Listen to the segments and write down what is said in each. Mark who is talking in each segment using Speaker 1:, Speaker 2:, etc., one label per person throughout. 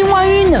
Speaker 1: Mais numéro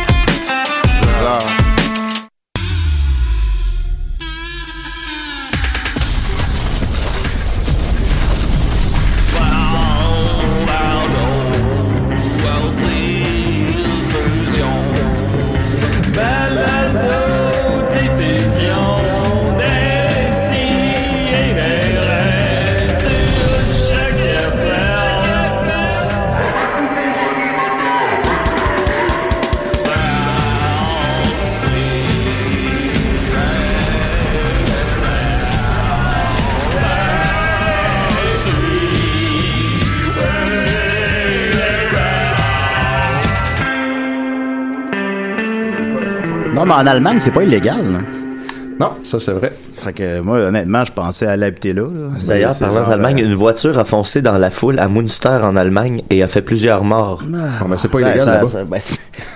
Speaker 2: Non, mais en Allemagne, c'est pas illégal. là.
Speaker 3: Non, ça c'est vrai.
Speaker 2: Fait que moi, honnêtement, je pensais à l'habiter là. là.
Speaker 4: D'ailleurs,
Speaker 3: c'est
Speaker 4: parlant
Speaker 3: vraiment,
Speaker 4: d'Allemagne,
Speaker 3: euh,
Speaker 4: une voiture a foncé dans la foule à Munster en Allemagne et a fait plusieurs morts.
Speaker 3: Ah, mais c'est pas
Speaker 2: Ouais,
Speaker 3: illégal
Speaker 2: ça-
Speaker 3: là-bas.
Speaker 2: ça- ben, c'est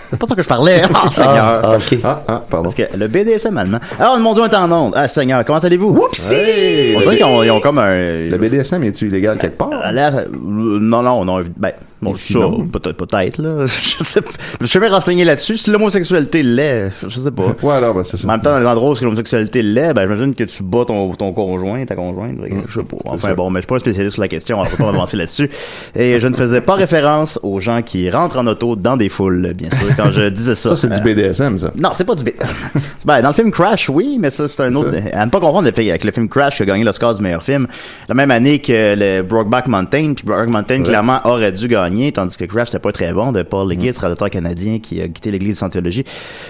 Speaker 2: c'est pas ça que je parlais. Oh, Seigneur.
Speaker 4: Ah, ok.
Speaker 3: Ah, ah, pardon.
Speaker 2: Parce que le BDSM allemand. Ah, mon dieu, on est en onde. Ah, Seigneur, comment allez-vous? Oupsie! On dirait qu'ils ont, ils ont comme un.
Speaker 3: Le BDSM est-tu illégal quelque part?
Speaker 2: Ah, là, ça- non, non, non, ben, bon,
Speaker 3: Et
Speaker 2: ça,
Speaker 3: sinon?
Speaker 2: peut-être, peut-être, là. Je sais pas. Je suis jamais renseigné là-dessus. Si l'homosexualité l'est, je sais
Speaker 4: Ah.
Speaker 2: pas.
Speaker 3: Ouais, alors, ben, c'est ça.
Speaker 2: Mais En même temps, dans les endroits où l'homosexualité l'est, ben, j'imagine que tu bats ton, ton conjoint, ta conjointe. fait que je sais pas. Enfin
Speaker 3: Mm. ça.
Speaker 2: bon, mais je suis pas un spécialiste sur la question, alors je peux pas m'avancer là-dessus. Et je ne faisais pas référence aux gens qui rentrent en auto dans des foules, bien sûr, quand je disais ça.
Speaker 3: Ça, c'est du
Speaker 2: Euh,
Speaker 3: BDSM, ça.
Speaker 2: non, c'est pas du B. ben, dans le film Crash, oui, mais ça, c'est un autre.
Speaker 3: ça.
Speaker 2: À ne pas confondre le fait avec le film Crash qui a gagné l'Oscar du meilleur film la même année que le Brokeback Mountain. Puis Brokeback Mountain, clairement, aurait dû gagner, tandis que Crash n'était pas très bon de Paul Leggett,
Speaker 3: Mm.
Speaker 2: traducteur canadien qui a quitté l'église de Scientologie.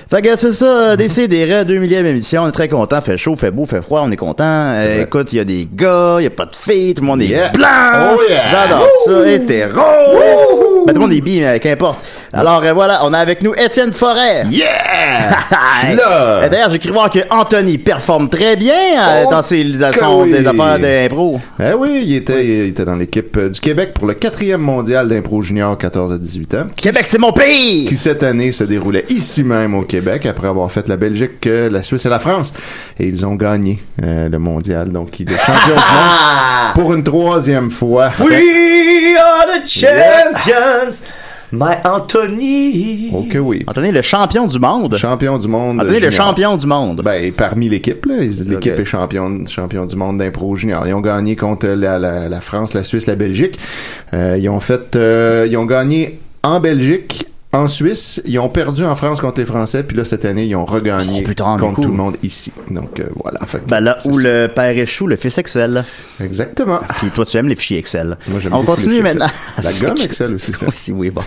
Speaker 2: Fait que c'est ça,
Speaker 3: Mm-hmm.
Speaker 2: DC, des raids, 2 millième émission. On est très content. Fait chaud, fait beau, fait froid, on est content. Euh,
Speaker 3: vrai.
Speaker 2: écoute, il y a des gars, il y a pas de filles, tout le monde
Speaker 3: Yeah.
Speaker 2: est blanc.
Speaker 3: Oh yeah.
Speaker 2: J'adore ça, hétéro. Ben, tout le monde est bi, mais qu'importe. Alors, euh, voilà, on a avec nous Étienne Forêt.
Speaker 3: Yeah! Je suis
Speaker 2: Ah, Hey.
Speaker 3: là!
Speaker 2: Et D'ailleurs, j'ai cru voir que Anthony performe très bien euh,
Speaker 3: Oh,
Speaker 2: dans ses dans
Speaker 3: que
Speaker 2: son-
Speaker 3: oui.
Speaker 2: des affaires d'impro.
Speaker 3: Eh oui, il était, il était dans l'équipe euh, du Québec pour le quatrième mondial d'impro junior 14 à 18 ans.
Speaker 2: Québec, c'est mon pays!
Speaker 3: qui cette année se déroulait ici même au Québec après avoir fait la Belgique, euh, la Suisse et la France. Et ils ont gagné euh, le mondial, donc il est champion du
Speaker 2: Ah.
Speaker 3: monde pour une troisième fois.
Speaker 4: We are the champions, my Anthony.
Speaker 3: Ok Oh, oui.
Speaker 2: Anthony, le champion du monde.
Speaker 3: Champion du monde.
Speaker 2: Anthony, le
Speaker 3: junior.
Speaker 2: champion du monde.
Speaker 3: Ben, parmi l'équipe, là, l'équipe
Speaker 2: Ok.
Speaker 3: est championne, champion du monde d'impro junior. Ils ont gagné contre la, la- la France, la Suisse, la Belgique. Euh, ils ont fait, euh, ils ont gagné en Belgique, en Suisse, ils ont perdu en France contre les Français, puis là, cette année, ils ont regagné
Speaker 2: Oh, putain,
Speaker 3: contre
Speaker 2: cool.
Speaker 3: tout le monde ici. Donc, euh, voilà. Fait que
Speaker 2: Ben là
Speaker 3: c'est
Speaker 2: où
Speaker 3: ça.
Speaker 2: le père échoue, le fils Excel.
Speaker 3: Exactement.
Speaker 2: Puis toi, tu aimes les fichiers Excel.
Speaker 3: Moi, j'aime
Speaker 2: On
Speaker 3: beaucoup les
Speaker 2: continue
Speaker 3: fichiers
Speaker 2: maintenant.
Speaker 3: Excel. La gomme Excel aussi, ça.
Speaker 2: Aussi, oui, bon.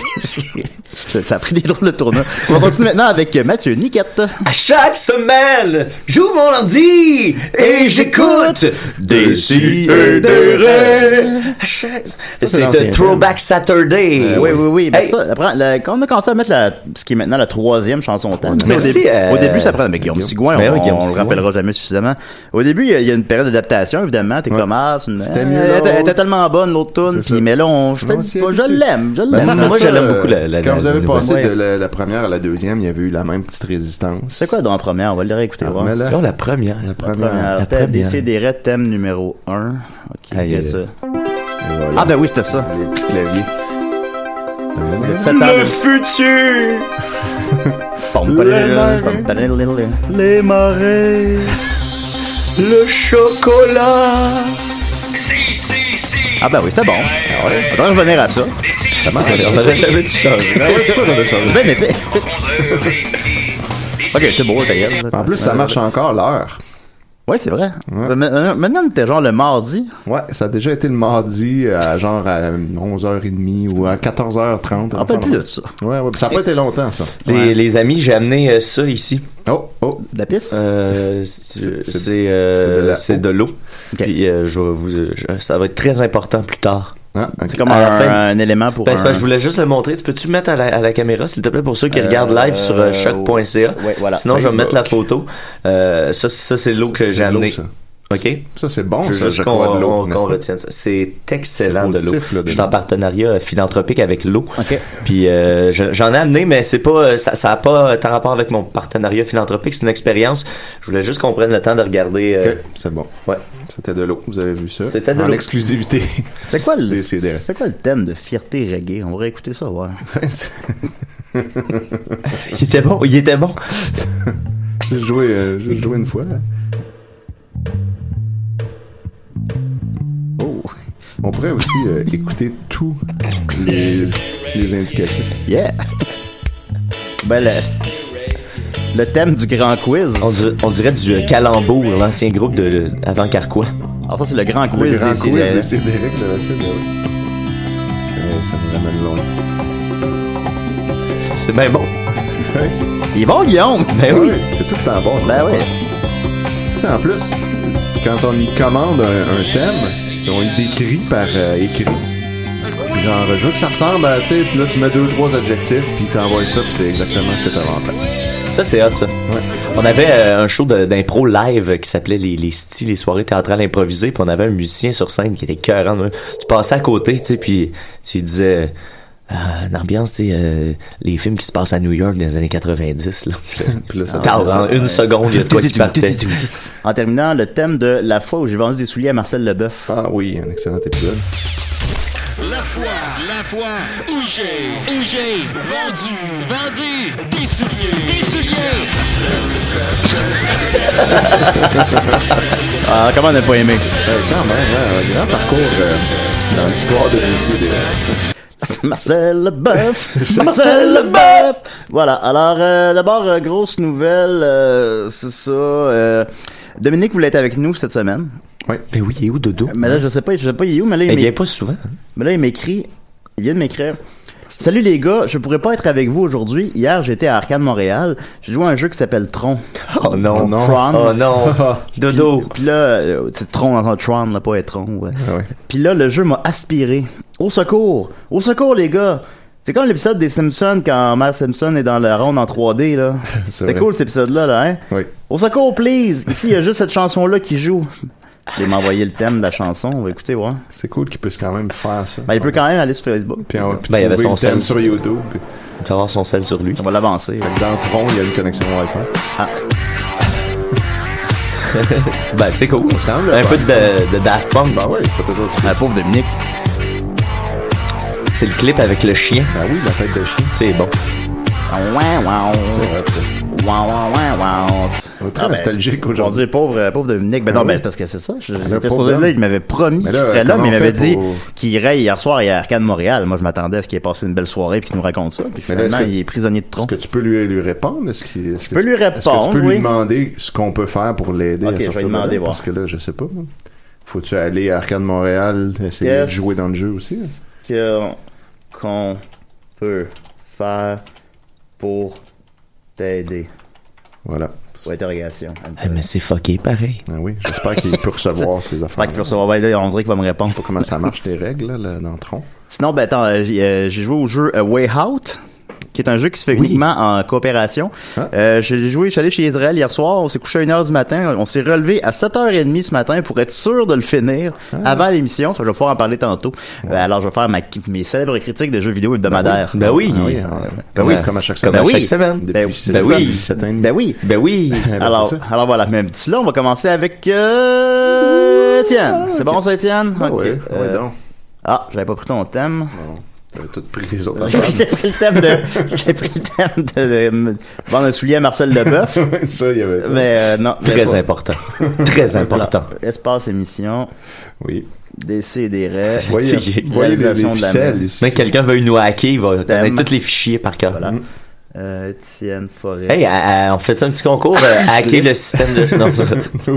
Speaker 2: ça ça a pris des drôles de tournants. On va continuer maintenant avec Mathieu Niquette.
Speaker 5: À chaque semaine, j'ouvre mon ordi et j'écoute des si et des ré. À chaque-
Speaker 3: c'est
Speaker 5: C'est
Speaker 3: l'ancien
Speaker 5: un Throwback Saturday.
Speaker 2: oui, oui, oui. Ben
Speaker 5: Euh, Hey,
Speaker 2: ça, la pre- la- quand on a commencé à mettre la, ce qui est maintenant la troisième chanson au temps.
Speaker 5: Merci,
Speaker 2: au, début,
Speaker 5: euh,
Speaker 2: au début, ça prenait. Mais Guillaume
Speaker 5: Guillaume.
Speaker 2: Sigouin,
Speaker 5: Ben
Speaker 2: on,
Speaker 5: oui, Guillaume
Speaker 2: on le
Speaker 5: Sigouin.
Speaker 2: rappellera jamais suffisamment. Au début, il y a, il y a une période d'adaptation, évidemment. T'es
Speaker 3: Ouais.
Speaker 2: comme, ah, c'est une-
Speaker 3: C'était
Speaker 2: euh,
Speaker 3: mieux
Speaker 2: Elle, était- elle
Speaker 3: l'autre.
Speaker 2: était tellement bonne, l'autre tune.
Speaker 3: C'est
Speaker 2: Puis,
Speaker 3: ça.
Speaker 2: mais là, on, je,
Speaker 3: Non, on s'y
Speaker 2: pas- je
Speaker 3: habitue.
Speaker 2: l'aime. Je
Speaker 3: Ben,
Speaker 2: l'aime.
Speaker 3: ça fait
Speaker 5: moi,
Speaker 3: ça,
Speaker 5: j'aime
Speaker 3: euh,
Speaker 5: beaucoup la- la-
Speaker 3: Quand
Speaker 5: la-
Speaker 3: vous avez
Speaker 5: la
Speaker 3: passé
Speaker 5: nouvelle.
Speaker 3: de la, la première à la deuxième, il y avait eu la même petite résistance.
Speaker 2: C'est quoi dans la première? On va le réécouter.
Speaker 3: Ah,
Speaker 2: voir.
Speaker 3: mais là,
Speaker 4: Non, la première.
Speaker 3: la première.
Speaker 2: Première,
Speaker 4: La
Speaker 2: thème,
Speaker 4: première.
Speaker 2: Décidérez, thème numéro 1. Ok,
Speaker 4: Aïe,
Speaker 2: qu'est-ce
Speaker 4: aïe,
Speaker 2: que Ah ben oui, c'était ça.
Speaker 3: Les petits claviers.
Speaker 2: ça. Le
Speaker 5: futur.
Speaker 2: futur! euh, Les marais!
Speaker 5: Le chocolat.
Speaker 2: Ah ben oui, c'était bon. Ah ouais. Faudrait revenir à ça.
Speaker 4: On aurait jamais dû changer.
Speaker 2: Ben épais. ok, c'est beau, ta gueule.
Speaker 3: En plus, ça marche encore l'heure.
Speaker 2: Ouais, c'est vrai.
Speaker 3: Ouais.
Speaker 2: Maintenant, Maintenant, t'es genre le mardi.
Speaker 3: Ouais, ça a déjà été le mardi à genre à 11h30 ou à 14h30.
Speaker 2: On
Speaker 4: Ah,
Speaker 2: rappelle plus de ça.
Speaker 3: Ouais, ouais, puis ça n'a pas été longtemps, ça.
Speaker 4: Les, les amis, j'ai amené euh, ça ici.
Speaker 3: Oh, oh.
Speaker 2: De la piste?
Speaker 4: Euh, c'est
Speaker 3: C'est- c'est-
Speaker 4: c'est,
Speaker 3: c'est de
Speaker 4: euh,
Speaker 3: la-
Speaker 4: c'est de l'eau.
Speaker 2: Ok.
Speaker 4: Puis euh, je vais vous, euh, je- ça va être très important plus tard.
Speaker 3: Ah, ok.
Speaker 2: C'est comme
Speaker 4: à la
Speaker 2: un,
Speaker 4: fin.
Speaker 2: un élément pour
Speaker 4: Ben, c'est parce
Speaker 2: un...
Speaker 4: que je voulais juste le montrer. Tu peux-tu mettre à la, à la caméra, s'il te plaît, pour ceux qui regardent live sur euh, choc.ca?
Speaker 2: ouais, voilà.
Speaker 4: Sinon, je
Speaker 2: Facebook.
Speaker 4: vais mettre la photo. Euh, ça, ça c'est l'eau
Speaker 3: Ça,
Speaker 4: que
Speaker 3: c'est
Speaker 4: j'ai
Speaker 3: de l'eau,
Speaker 4: amenée.
Speaker 3: ça.
Speaker 4: OK?
Speaker 3: Ça, c'est bon,
Speaker 4: Je veux
Speaker 3: ça,
Speaker 4: juste
Speaker 3: je
Speaker 4: qu'on
Speaker 3: crois, de l'eau,
Speaker 4: on-
Speaker 3: n'est-ce
Speaker 4: qu'on
Speaker 3: pas?
Speaker 4: retienne ça. C'est excellent
Speaker 3: C'est
Speaker 4: de l'eau.
Speaker 3: positif, là, de
Speaker 4: Je suis en
Speaker 3: l'eau.
Speaker 4: partenariat euh, philanthropique avec l'eau.
Speaker 2: Ok.
Speaker 4: Puis euh, je- j'en ai amené, mais c'est pas euh, ça, ça a pas euh, tant rapport avec mon partenariat philanthropique. C'est une expérience. Je voulais juste qu'on prenne le temps de regarder. euh,
Speaker 3: Ok, c'est bon.
Speaker 4: Ouais.
Speaker 3: C'était de l'eau, vous avez vu ça.
Speaker 4: C'était de
Speaker 3: En
Speaker 4: l'eau.
Speaker 3: exclusivité.
Speaker 2: C'est quoi, le...
Speaker 3: Décidérez.
Speaker 2: c'est quoi le thème de fierté reggae? On va réécouter ça, voir.
Speaker 4: Il était bon. Il était bon.
Speaker 3: J'ai joué, euh, j'ai joué une fois. là.
Speaker 2: Oh,
Speaker 3: On pourrait aussi euh, écouter tous les, les indicatifs.
Speaker 2: yeah! ben, le... le thème du grand quiz.
Speaker 4: On, dir- on dirait du euh, Calembour, l'ancien groupe de le- avant Carquois.
Speaker 2: Alors Ah, ça, c'est le grand quiz
Speaker 3: le grand
Speaker 2: des
Speaker 3: quiz
Speaker 2: CDR.
Speaker 3: des Sidérés que j'avais fait. mais oui. Ça, ça me ramène loin.
Speaker 4: C'est bien bon.
Speaker 2: Il est bon, Guillaume!
Speaker 4: Ben oui.
Speaker 3: Ah Ouais, c'est tout le temps bon. ça.
Speaker 2: Eh Ben oui.
Speaker 3: Tu sais, en plus, quand on y commande un, un thème, on y décrit par euh, écrit. Genre, je veux que ça ressemble à, tu sais, là, tu mets deux, trois adjectifs, puis t'envoies ça, puis c'est exactement ce que t'avais en tête.
Speaker 4: Ça, c'est hot, ça. On avait euh, un show de- d'impro live qui s'appelait les, les styles, les soirées théâtrales improvisées, puis on avait un musicien sur scène qui était cœurant. de même. Tu passais à côté, tu sais, puis tu lui disais... Ah, une ambiance, tu sais, euh, les films qui se passent à New York dans les années 90, là.
Speaker 3: Puis là, ça
Speaker 4: T'as- en une seconde, il y a toi qui partais.
Speaker 2: En terminant, le thème de la fois où j'ai vendu des souliers à Marcel Leboeuf.
Speaker 3: Ah oui, un excellent épisode.
Speaker 2: Ah, comment on n'a pas aimé?
Speaker 3: Euh, quand même, hein, un grand parcours euh, dans l'histoire de l'essai.
Speaker 2: Marcel Leboeuf! Marcel Leboeuf! Voilà, alors euh, d'abord, euh, grosse nouvelle, euh, c'est ça. euh, Dominique voulait être avec nous cette semaine.
Speaker 4: Mais Ben oui, il est où, Dodo?
Speaker 3: Euh,
Speaker 2: Mais là, je sais pas, je sais pas, il est où, mais là,
Speaker 4: Mais
Speaker 2: il
Speaker 4: il vient
Speaker 2: m'é-
Speaker 4: pas souvent. hein,
Speaker 2: mais là, il m'écrit. Il vient de m'écrire. Salut les gars, je pourrais pas être avec vous aujourd'hui. Hier, j'étais à Arcade Montréal. J'ai joué à un jeu qui s'appelle Tron.
Speaker 4: Oh non!
Speaker 3: Oh non.
Speaker 2: Tron.
Speaker 4: Oh non! Dodo!
Speaker 2: Puis, puis là, euh, c'est Tron dans un Tron, là, pas Etron. Ouais.
Speaker 3: Ah ouais.
Speaker 2: Puis là, le jeu m'a aspiré. Au secours! Au secours, les gars! C'est comme l'épisode des Simpsons quand Mère Simpson est dans la ronde en 3D, là. C'était
Speaker 3: vrai.
Speaker 2: cool, cet épisode-là, là, hein?
Speaker 3: Oui.
Speaker 2: Au secours, please! Ici, il y a juste cette chanson-là qui joue. Il m'a envoyé le thème de la chanson. On va écouter, ouais.
Speaker 3: C'est cool qu'il puisse quand même faire ça.
Speaker 2: Ben, il peut quand même aller sur Facebook.
Speaker 3: Puis on puis
Speaker 4: Ben, il y avait
Speaker 3: trouver
Speaker 4: son
Speaker 3: le thème
Speaker 4: sel.
Speaker 3: sur YouTube. puis
Speaker 4: Il faut avoir son sel sur lui.
Speaker 2: On va l'avancer. Ah. là.
Speaker 3: Dans Tron, il y a une connexion Wi-Fi.
Speaker 4: Ben, c'est cool.
Speaker 3: C'est quand même le
Speaker 4: Un
Speaker 3: fun.
Speaker 4: peu de, de Daft Punk.
Speaker 3: Ben ouais, c'est pas toujours du
Speaker 2: La Ah, pauvre Dominique.
Speaker 4: C'est
Speaker 3: Ah
Speaker 4: le clip avec le chien.
Speaker 3: Ben oui, la tête de chien.
Speaker 4: C'est bon.
Speaker 2: Ah, ouin, ouin.
Speaker 3: Ouais, tu sais.
Speaker 2: Ouin, ouin, ouin, ouin. Ah,
Speaker 3: très nostalgique
Speaker 2: aujourd'hui. ben, Pauvre, pauvre Dominique. Ben non,
Speaker 3: Ah oui.
Speaker 2: ben, parce que c'est ça. Je,
Speaker 3: là,
Speaker 2: j'étais
Speaker 3: pauvre
Speaker 2: supposé
Speaker 3: Dom.
Speaker 2: là, il m'avait promis
Speaker 3: Mais
Speaker 2: qu'il
Speaker 3: là,
Speaker 2: serait là,
Speaker 3: comment
Speaker 2: mais il
Speaker 3: on
Speaker 2: m'avait
Speaker 3: fait
Speaker 2: dit
Speaker 3: pour-
Speaker 2: qu'il irait hier soir à Arcane Montréal. Moi, je m'attendais à ce qu'il ait passé une belle soirée puis qu'il nous raconte ça. Puis
Speaker 3: Mais là,
Speaker 2: finalement,
Speaker 3: est-ce que-
Speaker 2: il est prisonnier de tronc.
Speaker 3: Est-ce que tu peux lui, lui répondre? Est-ce qu'il- est-ce que
Speaker 2: peux lui
Speaker 3: est-ce que tu peux
Speaker 2: répondre,
Speaker 3: lui
Speaker 2: oui.
Speaker 3: demander ce qu'on peut faire pour l'aider
Speaker 2: Ok,
Speaker 3: à
Speaker 2: je vais
Speaker 3: sortir
Speaker 2: lui
Speaker 3: de là?
Speaker 2: demander,
Speaker 3: Parce
Speaker 2: voir.
Speaker 3: que là, je sais pas. moi. Faut-tu aller à Arcade Montréal, essayer
Speaker 2: Yes.
Speaker 3: de jouer dans le jeu aussi? hein?
Speaker 2: que- qu'on peut faire pour t'aider?
Speaker 3: Voilà.
Speaker 2: Pour interrogation.
Speaker 4: Eh, mais c'est fucké pareil.
Speaker 3: Ah oui, j'espère qu'il peut recevoir ces
Speaker 2: Fait qu'il
Speaker 3: affaires.
Speaker 2: peut recevoir, ben, là, on dirait qu'il va me répondre.
Speaker 3: Pas comment ça marche les règles là, là, dans le tronc.
Speaker 2: Sinon, ben attends, euh, j'ai euh, j'ai joué au jeu euh, Way Out, qui est un jeu qui se fait uniquement en coopération.
Speaker 3: Hein?
Speaker 2: Euh, j'ai joué, je suis allé chez Israël hier soir, on s'est couché à 1h du matin, on s'est relevé à 7h30 ce matin pour être sûr de le finir
Speaker 3: Ah.
Speaker 2: avant l'émission, ça je vais pouvoir en parler tantôt. Euh, alors je vais faire ma, mes célèbres critiques de jeux vidéo hebdomadaires.
Speaker 4: Ben oui.
Speaker 3: Ah oui,
Speaker 4: Ben
Speaker 3: ah,
Speaker 4: Ben
Speaker 3: comme,
Speaker 4: oui.
Speaker 3: à- comme à chaque
Speaker 4: Comme
Speaker 3: semaine.
Speaker 4: à chaque semaine.
Speaker 2: Ben
Speaker 3: Depuis
Speaker 2: oui.
Speaker 3: sept
Speaker 4: Ben
Speaker 3: ans,
Speaker 4: oui.
Speaker 3: depuis sept ans et demi.
Speaker 2: Ben oui.
Speaker 4: Ben oui.
Speaker 3: Ben, c'est
Speaker 2: alors,
Speaker 3: ça.
Speaker 2: alors voilà, même petit là, on va commencer avec euh, Étienne. C'est bon ça Étienne
Speaker 3: Ah
Speaker 2: Ok.
Speaker 3: ouais, ouais,
Speaker 2: Euh,
Speaker 3: donc.
Speaker 2: Ah, j'avais pas pris ton thème.
Speaker 3: T'as tout pris les autres affaires.
Speaker 2: J'ai pris le thème de. J'ai pris le thème de. de- Bon, on a souligné à Marcel Leboeuf.
Speaker 3: Ouais, ça, il y avait ça.
Speaker 2: mais euh, non. mais
Speaker 4: Très
Speaker 2: pas.
Speaker 4: important. Très important.
Speaker 2: Alors, Espace émission,
Speaker 3: Oui.
Speaker 2: DC des rêves.
Speaker 3: Voyez,
Speaker 4: sais,
Speaker 3: voyez les, les
Speaker 2: réalisation de la
Speaker 3: ficelles
Speaker 2: main.
Speaker 3: ici.
Speaker 4: Mais quelqu'un veut nous hacker, il va
Speaker 2: Thème.
Speaker 4: connaître tous les fichiers par cœur.
Speaker 2: Voilà. Euh, Étienne Forêt.
Speaker 4: Hey, à- à- on fait ça un petit concours, euh, hacker le système de... Non, ça-
Speaker 3: Oups, pas
Speaker 2: Ah,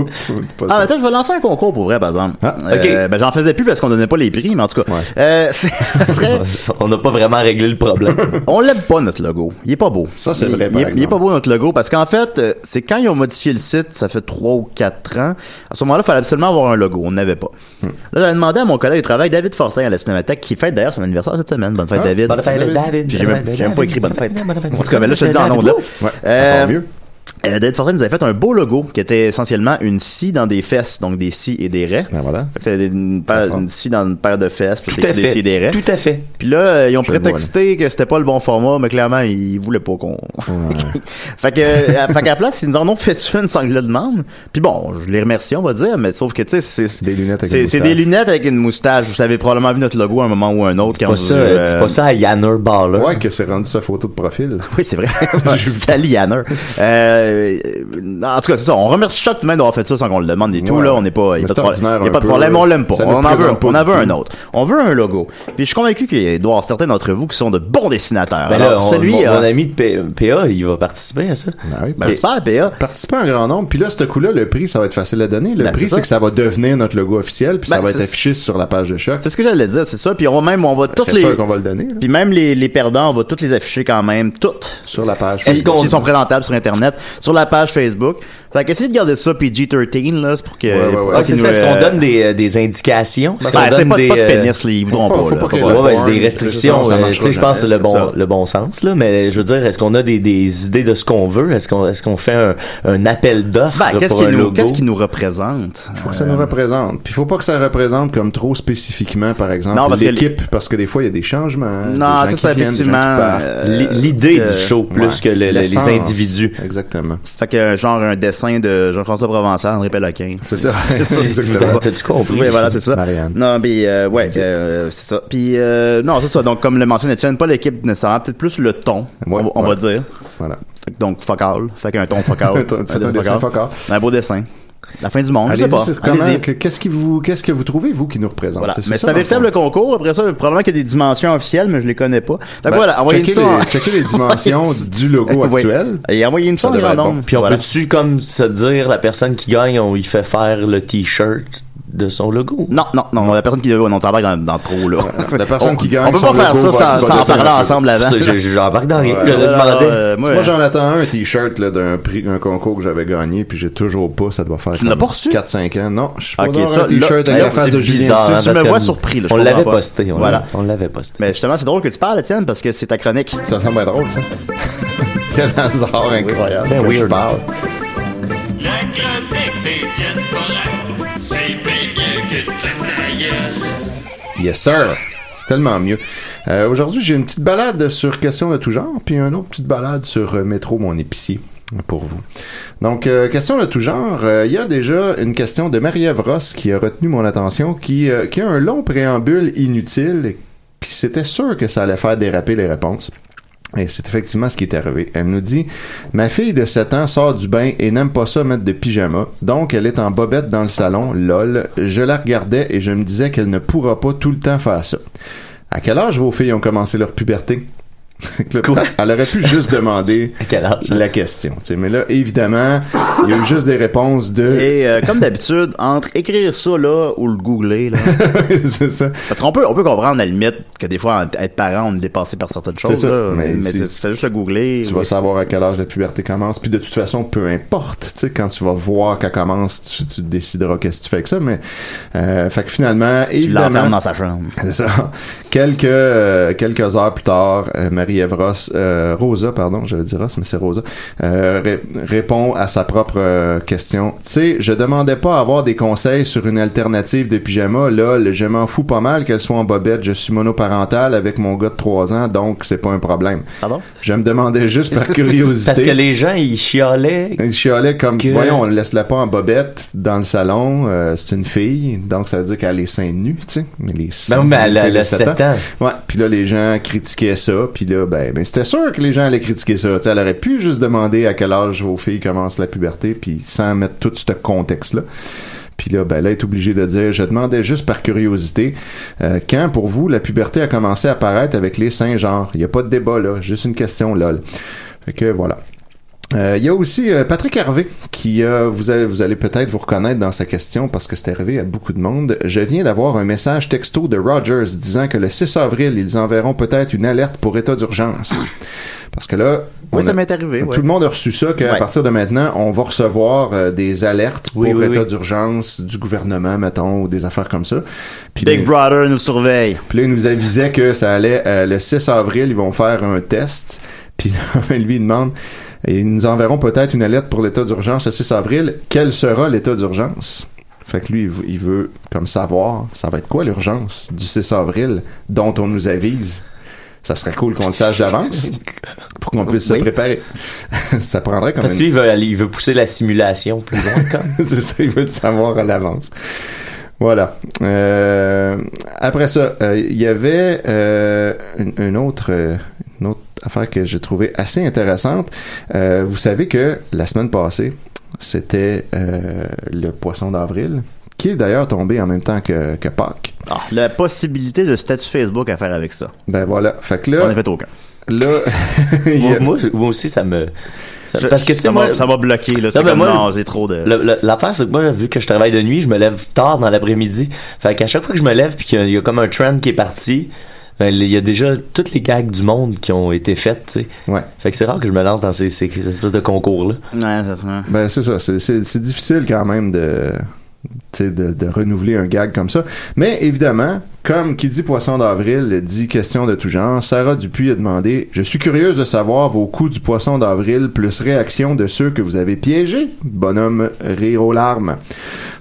Speaker 2: mais
Speaker 3: ça.
Speaker 2: attends, je vais lancer un concours pour vrai, par exemple.
Speaker 3: Ah,
Speaker 2: Euh, ben, j'en faisais plus parce qu'on donnait pas les prix, mais en tout cas.
Speaker 3: Ouais.
Speaker 2: Euh, c'est- ça serait-
Speaker 4: on n'a pas vraiment réglé le problème.
Speaker 2: on l'aime pas, notre logo. Il est pas beau.
Speaker 3: Ça, c'est
Speaker 2: Il-
Speaker 3: vrai,
Speaker 2: Il,
Speaker 3: par
Speaker 2: est- il est pas
Speaker 3: exemple.
Speaker 2: beau, notre logo, parce qu'en fait, euh, c'est quand ils ont modifié le site, ça fait trois ou quatre ans. À ce moment-là, il fallait absolument avoir un logo. On n'avait pas.
Speaker 4: Hmm.
Speaker 2: Là, j'avais demandé à mon collègue de travail, David Fortin, à la Cinémathèque, qui fête d'ailleurs son anniversaire cette semaine. Bonne fête,
Speaker 3: Ah,
Speaker 2: David.
Speaker 4: Bonne fête, David.
Speaker 2: Puis j'ai même, j'ai même pas écrit bonne fête. En tout cas, mais là, je te le dis en
Speaker 4: Bonne fête,
Speaker 2: ondes, là.
Speaker 3: Ouais,
Speaker 2: Euh,
Speaker 3: encore mieux.
Speaker 2: euh, David Fortin nous avait fait un beau logo qui était essentiellement une scie dans des fesses, donc des scies et des raies.
Speaker 3: Ah, voilà.
Speaker 2: Fait que C'était une, paire- une scie dans une paire de fesses, puis
Speaker 4: Tout à
Speaker 2: des des scies
Speaker 4: fait.
Speaker 2: et des raies.
Speaker 4: Tout à fait.
Speaker 2: Puis là, euh, ils ont
Speaker 3: Je le vois,
Speaker 2: prétexté que c'était pas le bon format, mais clairement, ils voulaient pas qu'on. fait que, euh, fait qu'à la place, ils nous en ont fait une sans que je le demande. Puis bon, je les remercie, on va dire, mais sauf que tu sais, c'est c'est-
Speaker 3: Des lunettes avec
Speaker 2: c'est-
Speaker 3: une
Speaker 2: c'est
Speaker 3: moustache.
Speaker 2: des lunettes avec une moustache. Vous avez probablement vu notre logo à un moment ou un autre.
Speaker 4: C'est
Speaker 2: quand
Speaker 4: pas
Speaker 2: vous,
Speaker 4: ça,
Speaker 2: euh,
Speaker 4: dis pas ça à Yanner Baller.
Speaker 3: Ouais, que c'est rendu sa photo de profil.
Speaker 2: Oui, c'est vrai. Salut Yanner. Euh, euh, en tout cas, c'est ça. On remercie chaque même d'avoir fait ça sans qu'on le demande et tout.
Speaker 3: Ouais.
Speaker 2: Là, on n'est pas, il y a pas de
Speaker 3: Mais c'est
Speaker 2: problème.
Speaker 3: ordinaire
Speaker 2: Il y a
Speaker 3: un
Speaker 2: pas de
Speaker 3: peu.
Speaker 2: problème, on l'aime pas.
Speaker 3: Ça nous
Speaker 2: On en veut,
Speaker 3: présente pas
Speaker 2: on en veut
Speaker 3: du
Speaker 2: un
Speaker 3: tout.
Speaker 2: autre. On veut un logo. Puis je suis convaincu qu'il doit y avoir certains d'entre vous qui sont de bons dessinateurs.
Speaker 4: Ben là,
Speaker 2: Alors,
Speaker 4: on-
Speaker 2: celui,
Speaker 4: mon,
Speaker 2: euh,
Speaker 4: mon ami de P- PA, il va participer à ça.
Speaker 3: Ah oui,
Speaker 2: ben,
Speaker 3: parti-
Speaker 2: j'espère, PA.
Speaker 3: participer en grand nombre. Puis là, ce coup-là, le prix, ça va être facile à donner. Le
Speaker 2: Ben, c'est
Speaker 3: prix,
Speaker 2: ça.
Speaker 3: c'est que ça va devenir notre logo officiel, puis
Speaker 2: Ben,
Speaker 3: ça va être
Speaker 2: c'est-
Speaker 3: affiché sur la page de choc.
Speaker 2: C'est ce que j'allais dire, c'est ça. Puis on même, on va tous
Speaker 3: C'est
Speaker 2: les,
Speaker 3: sûr qu'on va le donner. là.
Speaker 2: puis même les, les perdants, on va tous les afficher quand même, toutes.
Speaker 3: Sur la page.
Speaker 2: Si-
Speaker 4: Est-ce qu'on-
Speaker 2: S'ils sont présentables sur Internet, sur la page Facebook. Fait qu'essayez de garder ça PG-13, là, c'est pour que...
Speaker 3: Ouais, ouais, ouais.
Speaker 2: pour
Speaker 3: Ah,
Speaker 2: pas
Speaker 4: Ah, c'est
Speaker 2: qu'ils
Speaker 4: ça,
Speaker 2: nous,
Speaker 4: est-ce qu'on
Speaker 2: euh,
Speaker 4: donne des, euh, des indications? Est-ce
Speaker 2: Ben,
Speaker 4: qu'on
Speaker 2: tu sais,
Speaker 4: donne
Speaker 2: pas,
Speaker 4: des...
Speaker 2: pas de
Speaker 4: euh,
Speaker 2: pénis, là, ils voudront
Speaker 3: faut
Speaker 2: pas.
Speaker 3: pas
Speaker 2: là,
Speaker 3: qu'il y ait
Speaker 2: pas-
Speaker 4: Ouais,
Speaker 3: le porn,
Speaker 4: ouais,
Speaker 3: c'est
Speaker 4: des
Speaker 3: ça,
Speaker 4: restrictions,
Speaker 3: ça
Speaker 4: euh, tu
Speaker 3: marchera
Speaker 4: sais, je pense,
Speaker 3: jamais,
Speaker 4: c'est le bon,
Speaker 3: ça.
Speaker 4: le bon sens, là, mais je veux dire, est-ce qu'on a des, des idées de ce qu'on veut? Est-ce qu'on, est-ce qu'on fait un, un appel d'offres
Speaker 2: Ben, qu'est-ce
Speaker 4: pour un
Speaker 2: qui nous,
Speaker 4: logo?
Speaker 2: qu'est-ce qui nous représente?
Speaker 3: Faut que ça nous représente. Puis faut pas que ça représente comme trop spécifiquement, par exemple,
Speaker 2: Non, parce que
Speaker 3: l'équipe, parce que des fois, il y a des changements. hein,
Speaker 2: Non,
Speaker 3: des gens
Speaker 2: c'est
Speaker 3: qui
Speaker 2: ça,
Speaker 3: viennent, des gens qui
Speaker 2: effectivement,
Speaker 3: partent.
Speaker 2: euh,
Speaker 4: L'i- L'idée
Speaker 2: que-
Speaker 4: du show plus
Speaker 3: Ouais.
Speaker 4: que le- le- les
Speaker 3: L'essence.
Speaker 4: individus.
Speaker 3: Exactement.
Speaker 2: Fait que, euh, genre, un dessin de Jean-François Provençal, André Péloquin.
Speaker 3: C'est ça.
Speaker 4: Vous T'as-tu compris?
Speaker 2: Oui, voilà, c'est ça.
Speaker 3: Marianne.
Speaker 2: Non, puis euh, ouais, euh, c'est ça. Puis euh, non, c'est ça. Donc, comme le mentionne Étienne, pas l'équipe nécessairement, peut-être plus le ton,
Speaker 3: Ouais,
Speaker 2: on, va- on
Speaker 3: ouais.
Speaker 2: va dire.
Speaker 3: Voilà.
Speaker 2: Fait que donc, focal. Fait qu'un ton focal.
Speaker 3: Un ton- faites un dessin fuck all.
Speaker 2: Un beau dessin. La fin du monde, je sais
Speaker 3: Allez-y
Speaker 2: pas.
Speaker 3: sur comment,
Speaker 2: Allez-y.
Speaker 3: que- qu'est-ce qui vous, qu'est-ce que vous trouvez, vous, qui nous représente?
Speaker 2: Voilà.
Speaker 3: C'est
Speaker 2: Mais
Speaker 3: ça,
Speaker 2: c'est un
Speaker 3: dans le
Speaker 2: véritable
Speaker 3: fond.
Speaker 2: concours. Après ça, probablement qu'il y a des dimensions officielles, mais je les connais pas. Fait que
Speaker 3: Ben,
Speaker 2: voilà, envoyez-nous
Speaker 3: checkez
Speaker 2: ça. en-
Speaker 3: les- checkez les dimensions du logo
Speaker 2: Ouais.
Speaker 3: actuel.
Speaker 2: Et envoyez-nous ça
Speaker 3: Ça
Speaker 2: en
Speaker 3: devrait
Speaker 2: grand
Speaker 3: être bon.
Speaker 2: nombre.
Speaker 4: Puis on
Speaker 2: Voilà.
Speaker 4: peut-tu comme se dire la personne qui gagne, on lui fait faire le t-shirt de son logo?
Speaker 2: Non, non, non, la personne qui devait, on travaille dans, dans trop, là.
Speaker 3: La personne
Speaker 2: On-
Speaker 3: qui gagne
Speaker 2: On peut
Speaker 3: son
Speaker 2: pas faire ça
Speaker 3: logo
Speaker 2: sans,
Speaker 3: va- va
Speaker 2: sans
Speaker 3: descendre
Speaker 2: parler
Speaker 3: un peu.
Speaker 2: ensemble avant.
Speaker 4: Ah, C'est pour ça que je- J'embarque dans rien.
Speaker 3: Ouais.
Speaker 4: Je le
Speaker 2: Alors,
Speaker 4: demandais.
Speaker 2: euh, moi,
Speaker 3: Moi, j'en attends un t-shirt là, d'un prix, un concours que j'avais gagné, puis j'ai toujours pas. Ça doit faire
Speaker 2: l'as
Speaker 3: comme
Speaker 2: pas reçu?
Speaker 3: 4-5 ans. Non, je suis pas
Speaker 2: Ok,
Speaker 3: d'avoir
Speaker 2: ça,
Speaker 3: un t-shirt
Speaker 2: là,
Speaker 3: avec
Speaker 2: là,
Speaker 3: la face
Speaker 2: c'est
Speaker 3: de Julien
Speaker 4: bizarre,
Speaker 3: dessus.
Speaker 4: hein,
Speaker 2: tu
Speaker 4: parce
Speaker 2: me
Speaker 4: que
Speaker 2: vois surpris, là, je
Speaker 4: on l'avait
Speaker 2: comprends pas.
Speaker 4: posté. On
Speaker 2: Voilà.
Speaker 4: l'a- on l'avait posté.
Speaker 2: Mais justement, c'est drôle que tu parles, Étienne, parce que c'est ta chronique.
Speaker 3: Ça semble bien drôle, ça. Quel hasard incroyable.
Speaker 4: Ben,
Speaker 3: que je
Speaker 4: weird.
Speaker 3: parle. Yes, sir. C'est tellement mieux. Euh, Aujourd'hui, j'ai une petite balade sur questions de tout genre, puis une autre petite balade sur euh, Métro, mon épicier, pour vous. Donc, euh, question de tout genre. euh, Il y a déjà une question de Marie-Ève Ross qui a retenu mon attention, qui, euh, qui a un long préambule inutile, puis c'était sûr que ça allait faire déraper les réponses. Et c'est effectivement ce qui est arrivé. Elle nous dit Ma fille de 7 ans sort du bain et n'aime pas ça mettre de pyjama, donc elle est en bobette dans le salon, lol. Je la regardais et je me disais qu'elle ne pourra pas tout le temps faire ça. À quel âge vos filles ont commencé leur puberté Fait que là, Elle aurait pu juste demander la question. tu sais. Mais là, évidemment, il y a eu juste des réponses de.
Speaker 2: Et euh, comme d'habitude, entre écrire ça là ou le googler là.
Speaker 3: c'est ça.
Speaker 2: Parce qu'on peut, on peut comprendre à la limite que des fois, en- être parent, on est dépassé par certaines choses.
Speaker 3: ça,
Speaker 2: là,
Speaker 3: mais
Speaker 2: mais
Speaker 3: c'est-
Speaker 2: tu fais juste le googler.
Speaker 3: Tu vas savoir à quel âge la puberté commence. Puis de toute façon, peu importe, tu sais, quand tu vas voir qu'elle commence, tu, tu décideras qu'est-ce que tu fais avec ça. Mais, euh, fait que finalement, évidemment.
Speaker 2: l'enfermes dans sa chambre.
Speaker 3: C'est ça. Quelques, euh, quelques heures plus tard, euh, Marie-Ève Ross, euh, Rosa, pardon, j'avais dit Ross, mais c'est Rosa, euh, ré- répond à sa propre euh, question. Tu sais, je demandais pas à avoir des conseils sur une alternative de pyjama. Là, le- je m'en fous pas mal qu'elle soit en bobette. Je suis monoparental avec mon gars de 3 ans, donc c'est pas un problème.
Speaker 2: Pardon?
Speaker 3: Je me demandais juste par curiosité.
Speaker 4: Parce que les gens, ils chialaient.
Speaker 3: Il chialait comme,
Speaker 4: Que-
Speaker 3: voyons, on ne laisse la pas en bobette dans le salon, euh, c'est une fille, donc ça veut dire qu'elle est seins nus, tu sais. Mais les seins
Speaker 4: Ben oui, mais
Speaker 3: nus,
Speaker 4: elle a-
Speaker 3: fait
Speaker 4: elle
Speaker 3: de
Speaker 4: a sept ans.
Speaker 3: Ouais, puis là, les gens critiquaient ça, puis là, ben, ben, c'était sûr que les gens allaient critiquer ça, tu sais. Elle aurait pu juste demander à quel âge vos filles commencent la puberté, puis sans mettre tout ce contexte-là. Puis là, ben là, elle est obligée de dire, je demandais juste par curiosité, euh, quand pour vous la puberté a commencé à apparaître avec les seins genres? Il n'y a pas de débat là, juste une question lol. Fait que voilà. Euh, Il y a aussi euh, Patrick Hervé qui euh, vous, allez- vous allez peut-être vous reconnaître dans sa question parce que c'est arrivé à beaucoup de monde. Je viens d'avoir un message texto de Rogers disant que le 6 avril, ils enverront peut-être une alerte pour état d'urgence. Parce que là,
Speaker 2: Oui,
Speaker 3: on
Speaker 2: ça
Speaker 3: a-
Speaker 2: m'est arrivé, ouais.
Speaker 3: tout le monde a reçu ça qu'à
Speaker 2: Ouais.
Speaker 3: partir de maintenant, on va recevoir euh, des alertes
Speaker 4: Oui,
Speaker 3: pour
Speaker 4: oui,
Speaker 3: état
Speaker 4: oui.
Speaker 3: d'urgence du gouvernement, mettons, ou des affaires comme ça. Puis
Speaker 2: Big
Speaker 3: là-
Speaker 2: Brother nous surveille.
Speaker 3: puis là, il nous avisait que ça allait euh, le 6 avril, ils vont faire un test. Puis là, ben, lui, il demande et ils nous enverront peut-être une alerte pour l'état d'urgence le 6 avril. Quel sera l'état d'urgence? Fait que lui, il veut- il veut comme savoir, ça va être quoi l'urgence du 6 avril dont on nous avise? Ça serait cool qu'on le sache d'avance pour qu'on puisse se
Speaker 4: Oui.
Speaker 3: préparer. ça prendrait comme
Speaker 4: Parce que
Speaker 3: même
Speaker 4: lui, il veut, aller- il veut pousser la simulation plus loin, comme.
Speaker 3: c'est ça, il veut le savoir à l'avance. Voilà. Euh, après ça, euh, il y avait euh, une, une autre, euh, une autre affaire que j'ai trouvée assez intéressante. Euh, vous savez que la semaine passée, c'était euh, le poisson d'avril, qui est d'ailleurs tombé en même temps que, que Pâques.
Speaker 2: Ah, la possibilité de statut Facebook à faire avec ça.
Speaker 3: Ben voilà. Fait que
Speaker 2: On
Speaker 3: là,
Speaker 2: a fait aucun.
Speaker 3: là, il y
Speaker 4: Moi,
Speaker 3: a-
Speaker 4: moi, je- moi aussi, ça me. ça-
Speaker 2: Je-
Speaker 4: parce que, tu sais,
Speaker 2: ça
Speaker 4: moi.
Speaker 2: m'a- ça m'a bloqué. Là, c'est
Speaker 4: mais
Speaker 2: comme,
Speaker 4: moi,
Speaker 2: non, c'est trop de.
Speaker 4: le- le- L'affaire, c'est que moi, vu que je travaille de nuit, je me lève tard dans l'après-midi. Fait qu'à chaque fois que je me lève puis qu'il y a- il y, a comme un trend qui est parti, ben, il y a déjà toutes les gags du monde qui ont été faites, tu sais.
Speaker 3: ouais.
Speaker 4: Fait que c'est rare que je me lance dans ces, ces- ces espèces de concours-là.
Speaker 2: Ouais, c'est ça.
Speaker 3: Ben c'est ça, c'est- c'est c'est difficile quand même de, tu sais, de de renouveler un gag comme ça. Mais évidemment, comme qui dit poisson d'avril dit question de tout genre, Sarah Dupuis a demandé "Je suis curieuse de savoir vos coups du poisson d'avril plus réaction de ceux que vous avez piégés." Bonhomme rire aux larmes.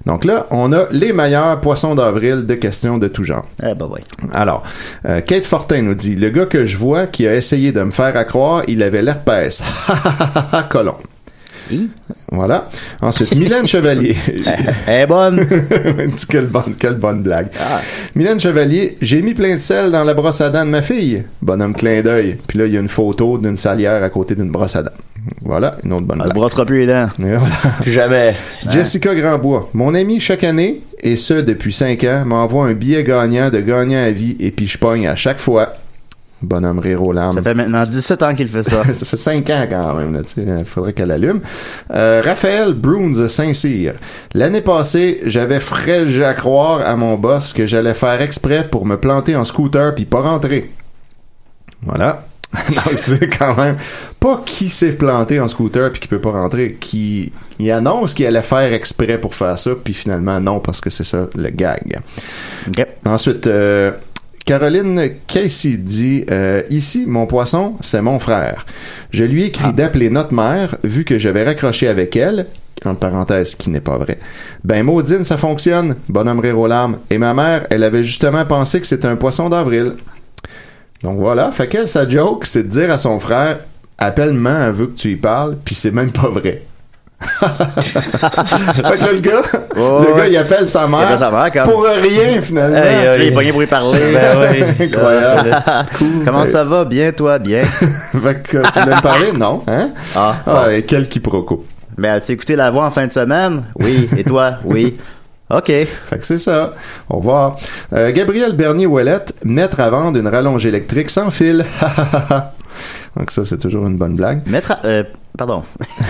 Speaker 3: Donc là, on a les meilleurs poissons d'avril de questions de tout genre.
Speaker 2: Eh ben ouais.
Speaker 3: Alors, euh, Kate Fortin nous dit Le gars que je vois qui a essayé de me faire accroire, il avait l'herpès. Ha ha ha ha, colon. Voilà. Ensuite, Mylène Chevalier.
Speaker 2: Eh bonne.
Speaker 3: quelle, bonne, quelle bonne blague. Mylène Chevalier, j'ai mis plein de sel dans la brosse à dents de ma fille. Bonhomme clin d'œil. Puis là, il y a une photo d'une salière à côté d'une brosse à dents. Voilà, une autre bonne
Speaker 2: On ne
Speaker 3: blague.
Speaker 2: brossera plus les dents.
Speaker 3: Et voilà.
Speaker 4: Plus jamais.
Speaker 3: Jessica Grandbois, mon ami chaque année, et ce depuis 5 ans, m'envoie un billet gagnant de gagnant à vie et puis je pogne à chaque fois. Bonhomme rire aux larmes.
Speaker 2: Ça fait maintenant 17 ans qu'il fait ça.
Speaker 3: Ça fait 5 ans quand même, là, tu sais, il faudrait qu'elle allume. Euh, Raphaël Bruns, Saint-Cyr. L'année passée, j'avais frêle à croire à mon boss que j'allais faire exprès pour me planter en scooter puis pas rentrer. Voilà. Donc c'est quand même pas qui s'est planté en scooter puis qui peut pas rentrer, qui il annonce qu'il allait faire exprès pour faire ça puis finalement non parce que c'est ça le gag.
Speaker 2: Ok.
Speaker 3: Ensuite, euh, Caroline Casey dit euh, Ici, mon poisson, c'est mon frère. Je lui ai
Speaker 2: Ah.
Speaker 3: écrit d'appeler notre mère, vu que j'avais raccroché avec elle. Entre parenthèses, qui n'est pas vrai. Ben, Maudine, ça fonctionne. Bonhomme rire aux larmes. Et ma mère, elle avait justement pensé que c'était un poisson d'avril. Donc voilà, fait qu'elle, sa joke, c'est de dire à son frère Appelle-moi, elle veut que tu y parles, puis c'est même pas vrai. fait que là,
Speaker 2: Ouais,
Speaker 3: le gars, le gars,
Speaker 2: Oh, ouais.
Speaker 3: il appelle sa
Speaker 2: Il appelle
Speaker 3: mère
Speaker 2: sa mère, comme-
Speaker 3: pour rien, finalement.
Speaker 2: Hey, euh, il est
Speaker 4: oui.
Speaker 2: pogné pour y parler.
Speaker 4: Ben oui,
Speaker 3: Incroyable.
Speaker 4: ça, ça, c'est cool.
Speaker 2: Comment ça va? Bien, toi? Bien.
Speaker 3: Fait que euh, tu voulais me parler? Non, hein?
Speaker 2: Ah,
Speaker 3: Ah, et quel quiproquo.
Speaker 2: Mais as-tu écouté la voix en fin de semaine? Oui. Et toi? Oui. OK.
Speaker 3: Fait que c'est ça. Au revoir. Euh, Gabriel Bernier-Ouellette, mettre à vendre une rallonge électrique sans fil. Donc ça, c'est toujours une bonne blague.
Speaker 2: Mettre à, euh, pardon.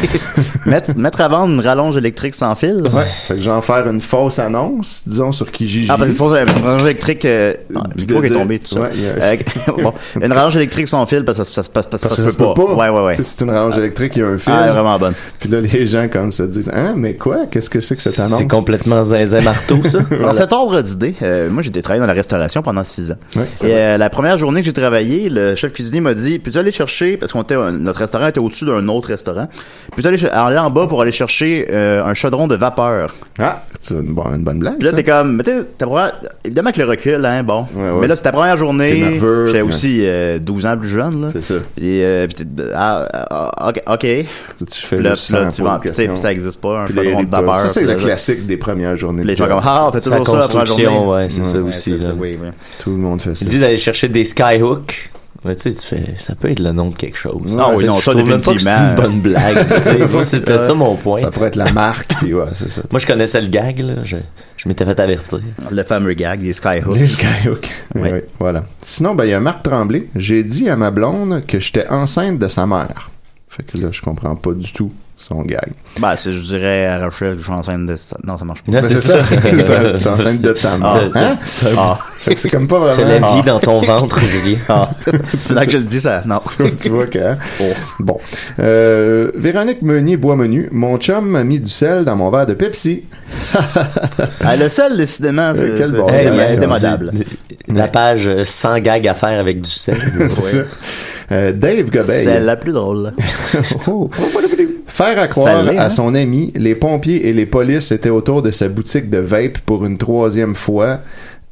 Speaker 2: mettre, mettre à vendre une rallonge électrique sans fil?
Speaker 3: Ouais. Fait que j'en faire une fausse annonce, disons, sur Kijiji.
Speaker 2: Ah, parce qu'il faut une rallonge électrique. Euh, ah, le
Speaker 3: Puis
Speaker 2: micro
Speaker 3: de
Speaker 2: qui est
Speaker 3: dire-
Speaker 2: tombé, tout ça.
Speaker 3: Ouais, il y a-
Speaker 2: Euh, bon, une rallonge électrique sans fil, parce que ça, ça, se passe- parce que
Speaker 3: Parce
Speaker 2: ça
Speaker 3: que ça se peut pas.
Speaker 2: Ouais, ouais, ouais.
Speaker 3: Tu sais, C'est une rallonge électrique, il y a un fil.
Speaker 2: Ah, elle est vraiment bonne.
Speaker 3: Puis là, les gens, comme, se disent, hein, mais quoi? Qu'est-ce que c'est que cette annonce?
Speaker 4: C'est complètement zinzin marteau, ça.
Speaker 2: Dans cet ordre d'idée, euh, moi j'étais travaillé dans la restauration pendant six ans.
Speaker 3: Ouais, c'est
Speaker 2: et
Speaker 3: vrai.
Speaker 2: euh, la première journée que j'ai travaillé, le chef cuisinier m'a dit peux-tu aller chercher parce qu'on était un- notre restaurant était au-dessus d'un autre restaurant. Peux-tu aller, ch- aller en bas pour aller chercher euh, un chaudron de vapeur.
Speaker 3: Ah, c'est une, bon- une bonne blague.
Speaker 2: Puis là
Speaker 3: ça.
Speaker 2: t'es comme mais tu sais, ta première- évidemment que le recul hein bon.
Speaker 3: Ouais, ouais.
Speaker 2: Mais là c'est ta première journée.
Speaker 3: T'es nerveux,
Speaker 2: J'étais
Speaker 3: puis-
Speaker 2: aussi euh, 12 ans plus jeune là.
Speaker 3: C'est ça.
Speaker 2: Et euh, puis t'es- ah, ah, ok ok.
Speaker 3: Tu- Tu fais
Speaker 2: Puis là,
Speaker 3: le
Speaker 2: puis là,
Speaker 3: sang
Speaker 2: tu
Speaker 3: pour
Speaker 2: vas
Speaker 3: une
Speaker 2: tu sais,
Speaker 3: question.
Speaker 2: puis ça existe pas un
Speaker 3: Puis les
Speaker 2: chaudron de
Speaker 3: rideaux.
Speaker 2: vapeur.
Speaker 3: Ça, c'est
Speaker 2: puis
Speaker 3: le
Speaker 2: là,
Speaker 3: classique des premières journées.
Speaker 2: Les
Speaker 3: de
Speaker 2: gens
Speaker 3: job.
Speaker 2: comme ah on fait
Speaker 4: C'est la
Speaker 2: toujours ça la première
Speaker 4: construction,
Speaker 2: journée.
Speaker 4: ouais, c'est ça
Speaker 2: Ouais,
Speaker 4: aussi.
Speaker 2: ça,
Speaker 4: là.
Speaker 2: oui, oui.
Speaker 3: Tout le monde fait ça.
Speaker 4: Ils disent d'aller chercher des skyhooks. Mais tu sais, tu fais, ça peut être le nom de quelque chose.
Speaker 2: Ah oui,
Speaker 4: Tu sais,
Speaker 2: non,
Speaker 4: je
Speaker 2: ça,
Speaker 4: trouve même pas que c'est une
Speaker 2: définitivement.
Speaker 4: bonne blague. tu sais. Moi, c'était ça mon point.
Speaker 3: Ça pourrait être la marque, puis ouais, c'est ça.
Speaker 4: Moi, je connaissais le gag, là. Je, je m'étais fait avertir.
Speaker 2: Le fameux gag des Skyhooks.
Speaker 3: Les Skyhooks.
Speaker 2: Ouais.
Speaker 3: Oui, voilà. Sinon, ben, il y a Marc Tremblay. J'ai dit à ma blonde que j'étais enceinte de sa mère. Fait que là, je comprends pas du tout son gag.
Speaker 2: Bah, c'est, je dirais, à Rochelle, je suis enceinte de ça. Non, ça marche pas.
Speaker 4: Non,
Speaker 3: Ben,
Speaker 4: c'est ça.
Speaker 3: Ça, T'es enceinte de ta mère. Hein?
Speaker 2: Ah,
Speaker 3: Fait que c'est comme pas
Speaker 4: T'as la
Speaker 3: vraiment.
Speaker 4: vie dans ton ventre, Julien.
Speaker 2: ah. c'est là que je le dis, ça. Non.
Speaker 3: tu vois que. hein?
Speaker 2: Oh.
Speaker 3: Bon. Euh, Véronique Meunier Boismenu, mon chum m'a mis du sel dans mon verre de Pepsi.
Speaker 2: Ah, le sel, décidément, c'est,
Speaker 3: Euh, quel
Speaker 2: c'est-
Speaker 3: bon
Speaker 2: c'est
Speaker 3: gag.
Speaker 4: man,
Speaker 2: démodable.
Speaker 4: du- du- La page euh, sans gag à faire avec du sel.
Speaker 3: C'est ça. Euh, Dave Gobeil.
Speaker 2: C'est la plus drôle.
Speaker 3: Oh. Faire à croire
Speaker 2: l'est, hein?
Speaker 3: à son ami, les pompiers et les polices étaient autour de sa boutique de vape pour une troisième fois.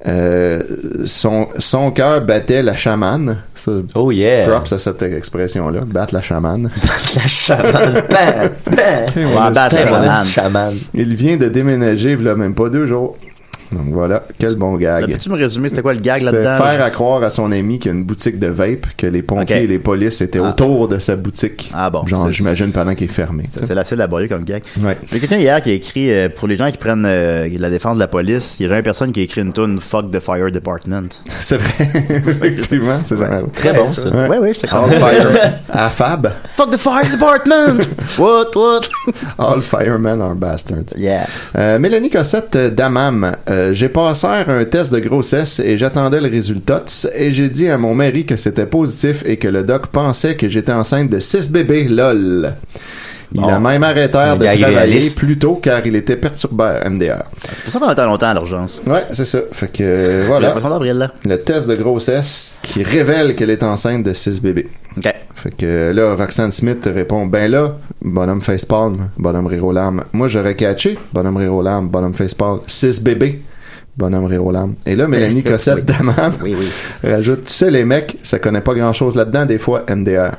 Speaker 3: Euh, son son cœur battait la chamane. Ça,
Speaker 4: Oh yeah.
Speaker 3: Props à cette expression-là, battre la chamane.
Speaker 4: La chamane. Bam, bam.
Speaker 2: On va battre
Speaker 4: Hey,
Speaker 2: la
Speaker 4: mon
Speaker 2: banane.
Speaker 4: esti de chamane.
Speaker 3: Il vient de déménager, il même pas deux jours. Donc voilà, quel bon
Speaker 2: Là,
Speaker 3: gag.
Speaker 2: Peux-tu me résumer, c'était quoi le gag
Speaker 3: C'était
Speaker 2: là-dedans?
Speaker 3: faire à croire à son ami qu'il y a une boutique de vape, que les pompiers
Speaker 2: Ok.
Speaker 3: et les polices étaient
Speaker 2: Ah.
Speaker 3: autour de sa boutique.
Speaker 2: Ah bon.
Speaker 3: Genre,
Speaker 2: C'est-
Speaker 3: j'imagine pendant qu'il est fermé.
Speaker 2: Ça, c'est assez laborieux comme gag.
Speaker 3: Ouais.
Speaker 2: J'ai quelqu'un hier qui a écrit, euh, pour les gens qui prennent euh, la défense de la police, il y a jamais personne qui a écrit une tune Fuck the Fire Department.
Speaker 3: C'est vrai, effectivement, c'est vrai.
Speaker 4: Très bon, ça.
Speaker 2: Ouais, ouais, je te
Speaker 3: All fire. À Fab,
Speaker 2: Fuck the Fire Department! what, what?
Speaker 3: all firemen are bastards.
Speaker 2: Yeah.
Speaker 3: Euh, Mélanie Cossette euh, d'Amam, euh, j'ai passé un test de grossesse et j'attendais le résultat tss, et j'ai dit à mon mari que c'était positif et que le doc pensait que j'étais enceinte de 6 bébés, lol. Il a même arrêté
Speaker 4: Un
Speaker 3: de
Speaker 4: gag
Speaker 3: travailler
Speaker 4: réaliste.
Speaker 3: plus tôt car il était perturbé MDR.
Speaker 2: C'est pour ça qu'on attend longtemps à l'urgence.
Speaker 3: Ouais, c'est ça. Fait que euh, voilà.
Speaker 2: Le 30 avril, là.
Speaker 3: Le test de grossesse qui révèle qu'elle est enceinte de 6 bébés.
Speaker 2: OK.
Speaker 3: Fait que là, Roxanne Smith répond Ben là, bonhomme facepalm, bonhomme rirolam. Moi, j'aurais catché, bonhomme rirolam, bonhomme facepalm, 6 bébés, bonhomme rirolam. Et là, Mélanie Cossette Damam
Speaker 2: Oui, oui.
Speaker 3: rajoute Tu sais, les mecs, ça connaît pas grand chose là-dedans, des fois, MDR.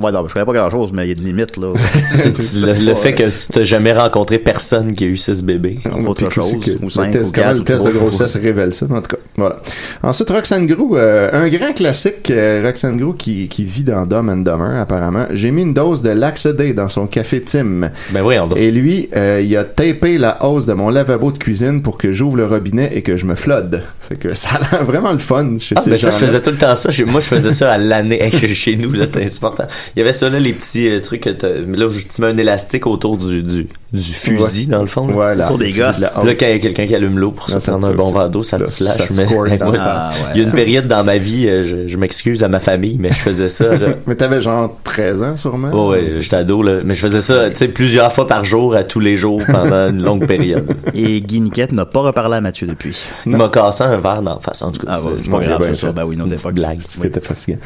Speaker 2: Ouais, non, mais je connais pas grand chose, mais il y a une limite, là.
Speaker 4: C'est Le, le fait que tu t'as jamais rencontré personne qui a eu six bébés.
Speaker 2: Ou autre
Speaker 3: Puis aussi
Speaker 2: chose,
Speaker 3: que
Speaker 2: ou
Speaker 3: le
Speaker 2: cinq,
Speaker 3: test-
Speaker 2: ou
Speaker 3: comment
Speaker 2: quatre,
Speaker 3: le
Speaker 2: ou
Speaker 3: test de
Speaker 2: trois.
Speaker 3: grossesse révèle ça, en tout cas. Voilà. Ensuite, Roxane Grou, euh, un grand classique, euh, Roxane Grou qui, qui vit dans Dumb and Dumber, apparemment. J'ai mis une dose de Laxaday dans son café Tim.
Speaker 4: Ben voyons donc.
Speaker 3: Et lui, euh, il a tapé la hausse de mon lavabo de cuisine pour que j'ouvre le robinet et que je me flotte. Fait que ça a l'air vraiment le fun chez
Speaker 4: Ah,
Speaker 3: ces
Speaker 4: ben ça, je
Speaker 3: gens-là.
Speaker 4: faisais tout le temps ça. Chez- Moi, je faisais ça à l'année Hey, chez- chez nous. là C'était insupportable. Il y avait ça, là, les petits euh, trucs que t'as- mais là, où tu mets un élastique autour du, du, du fusil, dans le fond. là.
Speaker 3: Voilà.
Speaker 2: Pour des
Speaker 3: Tu dis
Speaker 2: gosses.
Speaker 3: de la
Speaker 4: Puis Là,
Speaker 3: hausse.
Speaker 4: quand il y a quelqu'un qui allume l'eau pour se
Speaker 3: Là, ça
Speaker 4: prendre
Speaker 3: te-
Speaker 4: un bon
Speaker 3: ça-
Speaker 4: verre d'eau, ça
Speaker 3: là,
Speaker 4: te flash.
Speaker 3: ça te
Speaker 4: mais-
Speaker 3: squirt dans
Speaker 4: moi,
Speaker 3: la face.
Speaker 4: Il y a une période dans ma vie, euh, je, je m'excuse à ma famille, mais je faisais ça. là.
Speaker 3: Mais t'avais genre 13 ans sûrement.
Speaker 4: Ouais, Oh, ouais, j'étais ado, là. Mais je faisais ça, tu sais, plusieurs fois par jour, à tous les jours, pendant une longue période.
Speaker 2: Et Guy Niquette n'a pas reparlé à Mathieu depuis.
Speaker 4: Il m'a cassé un verre d'en face. En tout cas,
Speaker 2: Ah, ouais,
Speaker 4: c'est-
Speaker 2: c'est pas
Speaker 3: ouais,
Speaker 2: grave,
Speaker 3: ben,
Speaker 2: c'est ça.
Speaker 3: fait.
Speaker 2: Ben oui, non,
Speaker 4: C'est une
Speaker 2: des fois.
Speaker 4: petite blague.
Speaker 2: Oui.
Speaker 3: C'était fatigant.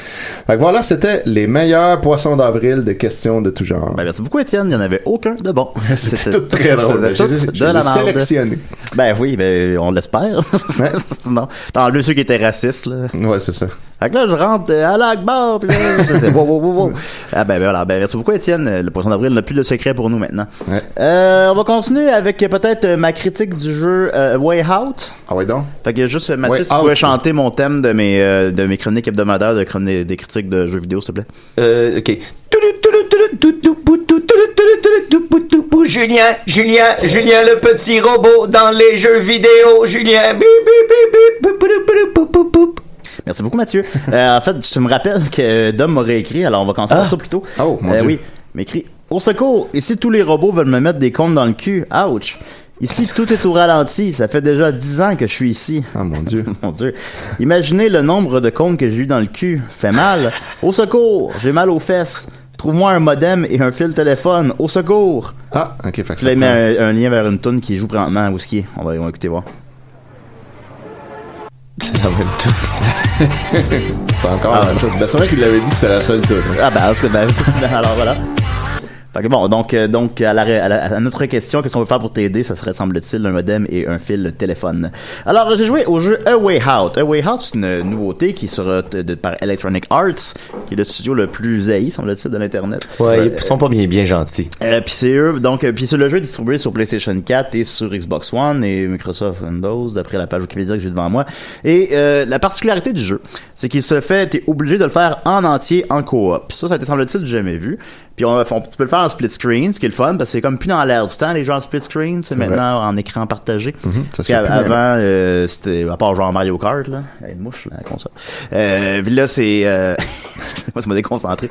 Speaker 3: Fait que voilà, c'était les meilleurs poissons d'avril de questions de tout genre.
Speaker 2: Ben, merci beaucoup, Étienne. Il n'y en avait aucun de bon.
Speaker 3: C'est
Speaker 2: c'est
Speaker 3: tout très drôle.
Speaker 2: c'est
Speaker 3: Je les ai-
Speaker 2: tout
Speaker 3: je
Speaker 2: de la
Speaker 3: les ai
Speaker 2: marde.
Speaker 3: sélectionnés.
Speaker 2: Ben oui, ben on l'espère. Sinon, t'as enlevé ceux qui étaient racistes, là.
Speaker 3: Ouais, c'est ça.
Speaker 2: Fait que là, je rentre euh, à l'Akbar, puis là, c'est- wow, wow, wow, wow. Ah ben, ben voilà, ben merci beaucoup Étienne. Euh, Le poisson d'avril n'a plus de secret pour nous maintenant.
Speaker 3: Ouais.
Speaker 2: Euh, on va continuer avec euh, peut-être euh, ma critique du jeu euh, Way Out.
Speaker 3: Ah ouais, donc.
Speaker 2: Fait que juste, euh, Mathieu,
Speaker 3: Way
Speaker 2: si tu pouvais
Speaker 3: Out.
Speaker 2: chanter mon thème de mes, euh, de mes chroniques hebdomadaires de chroni- des critiques de jeux vidéo, s'il te plaît.
Speaker 5: Euh, ok. Julien, Julien, Julien le petit robot dans les jeux vidéo, Julien. Bip, bip, bip, bip, boup, boup, boup, boup, boup, boup.
Speaker 2: Merci beaucoup, Mathieu. Euh, en fait, tu me rappelles que euh, Dom m'aurait écrit, alors on va commencer par ça plus tôt.
Speaker 3: Oh, mon
Speaker 2: Euh,
Speaker 3: Dieu.
Speaker 2: Oui, il m'écrit Au secours, ici tous les robots veulent me mettre des comptes dans le cul. Ouch. Ici, tout est au ralenti. Ça fait déjà 10 ans que je suis ici.
Speaker 3: Ah mon Dieu.
Speaker 2: Mon Dieu. Imaginez le nombre de comptes que j'ai eu dans le cul. Fait mal. Au secours, j'ai mal aux fesses. Trouve-moi un modem et un fil téléphone. Au secours.
Speaker 3: Ah, ok, fait que
Speaker 2: Je l'ai mis
Speaker 3: prend-
Speaker 2: un, un lien vers une toune qui joue présentement à ski. On va, on va écouter voir.
Speaker 3: C'est encore.
Speaker 2: Ah,
Speaker 3: ça. Ben, c'est vrai qu'il avait dit que c'était la seule tour.
Speaker 2: Ah bah, parce que, ben, alors voilà. Fait que bon, donc, euh, donc à, la, ré- à, la- à notre question, qu'est-ce qu'on peut faire pour t'aider Ça serait, semble-t-il, un modem et un fil téléphone. Alors, j'ai joué au jeu A Way Out. A Way Out, c'est une nouveauté qui sera t- de, par Electronic Arts, qui est le studio le plus haï, semble-t-il, de l'Internet.
Speaker 4: Ouais, Euh, ils sont pas bien, bien gentils.
Speaker 2: Euh, puis c'est eux, donc, euh, puis c'est le jeu distribué sur PlayStation 4 et sur Xbox One et Microsoft Windows, d'après la page Wikipédia que j'ai devant moi. Et euh, la particularité du jeu, c'est qu'il se fait, t'es obligé de le faire en entier en coop. Ça, ça te semble-t-il du jamais vu. Puis on, on- tu peux le faire en split screen, ce qui est le fun, parce que c'est comme plus dans l'air du temps, les jeux en split screen, c'est maintenant en écran partagé.
Speaker 3: Mhm, ça
Speaker 2: Puis
Speaker 3: se fait plus
Speaker 2: av-
Speaker 3: maintenant.
Speaker 2: avant, euh, c'était, à part genre Mario Kart, là, il y a une mouche, là, la console. Euh, puis là, c'est, euh, moi, ça m'a déconcentré.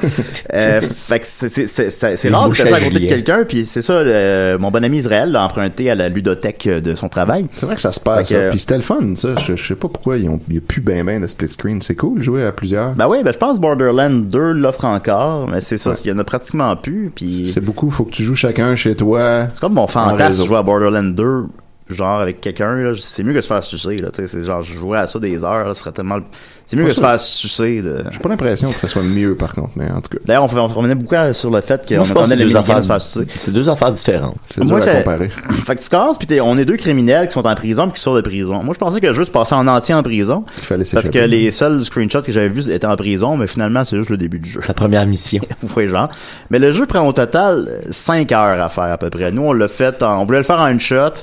Speaker 2: euh, fait que c'est, c'est, c'est, c'est- c'est
Speaker 4: Une
Speaker 2: rare de
Speaker 4: mouche
Speaker 2: faire
Speaker 4: à
Speaker 2: ça à côté de
Speaker 4: Julien.
Speaker 2: quelqu'un, puis c'est ça, le- mon bon ami Israël l'a emprunté à la ludothèque euh, de son travail.
Speaker 3: C'est vrai que ça se perd,
Speaker 2: Fait que-
Speaker 3: ça. Puis c'était le fun, ça. Je, je sais pas pourquoi ils ont, il y a plus ben ben de split screen. C'est cool de jouer à plusieurs.
Speaker 2: Ben oui, ben je pense Borderland 2 l'offre encore, mais c'est ça, il y en a pratiquement plus, puis
Speaker 3: C'est beaucoup. Faut que tu joues chacun chez toi.
Speaker 2: c'est comme mon fantasme
Speaker 3: réseau.
Speaker 2: de jouer à Borderland 2 genre avec quelqu'un là, c'est mieux que de se faire sucer là, tu sais, c'est genre je jouais à ça des heures, là, ce serait tellement c'est mieux
Speaker 3: Pas
Speaker 2: que de se
Speaker 3: sûr.
Speaker 2: faire sucer de
Speaker 3: J'ai pas l'impression que ça soit mieux, par contre, mais en tout cas,
Speaker 2: D'ailleurs, on, fait- on revenait beaucoup à- sur le fait qu'on
Speaker 4: Moi, je pense que
Speaker 2: attendait
Speaker 4: c'est
Speaker 2: les
Speaker 4: deux,
Speaker 2: minigames
Speaker 4: affaires,
Speaker 2: se faire sucer.
Speaker 4: c'est deux affaires différentes.
Speaker 3: c'est
Speaker 2: Moi,
Speaker 3: dur à
Speaker 2: j'ai-
Speaker 3: comparer.
Speaker 2: fait que tu casses, puis t'es- on est deux criminels qui sont en prison puis qui sortent de prison. Moi, je pensais que le jeu se passait en entier en prison.
Speaker 3: Il fallait
Speaker 2: Parce
Speaker 3: s'échapper.
Speaker 2: que les seuls screenshots que j'avais vus étaient en prison, mais finalement, c'est juste le début du jeu.
Speaker 4: La première mission.
Speaker 2: Oui, genre. Mais le jeu prend au total 5 heures à faire à peu près. Nous, on l'a fait en, on voulait le faire en une shot.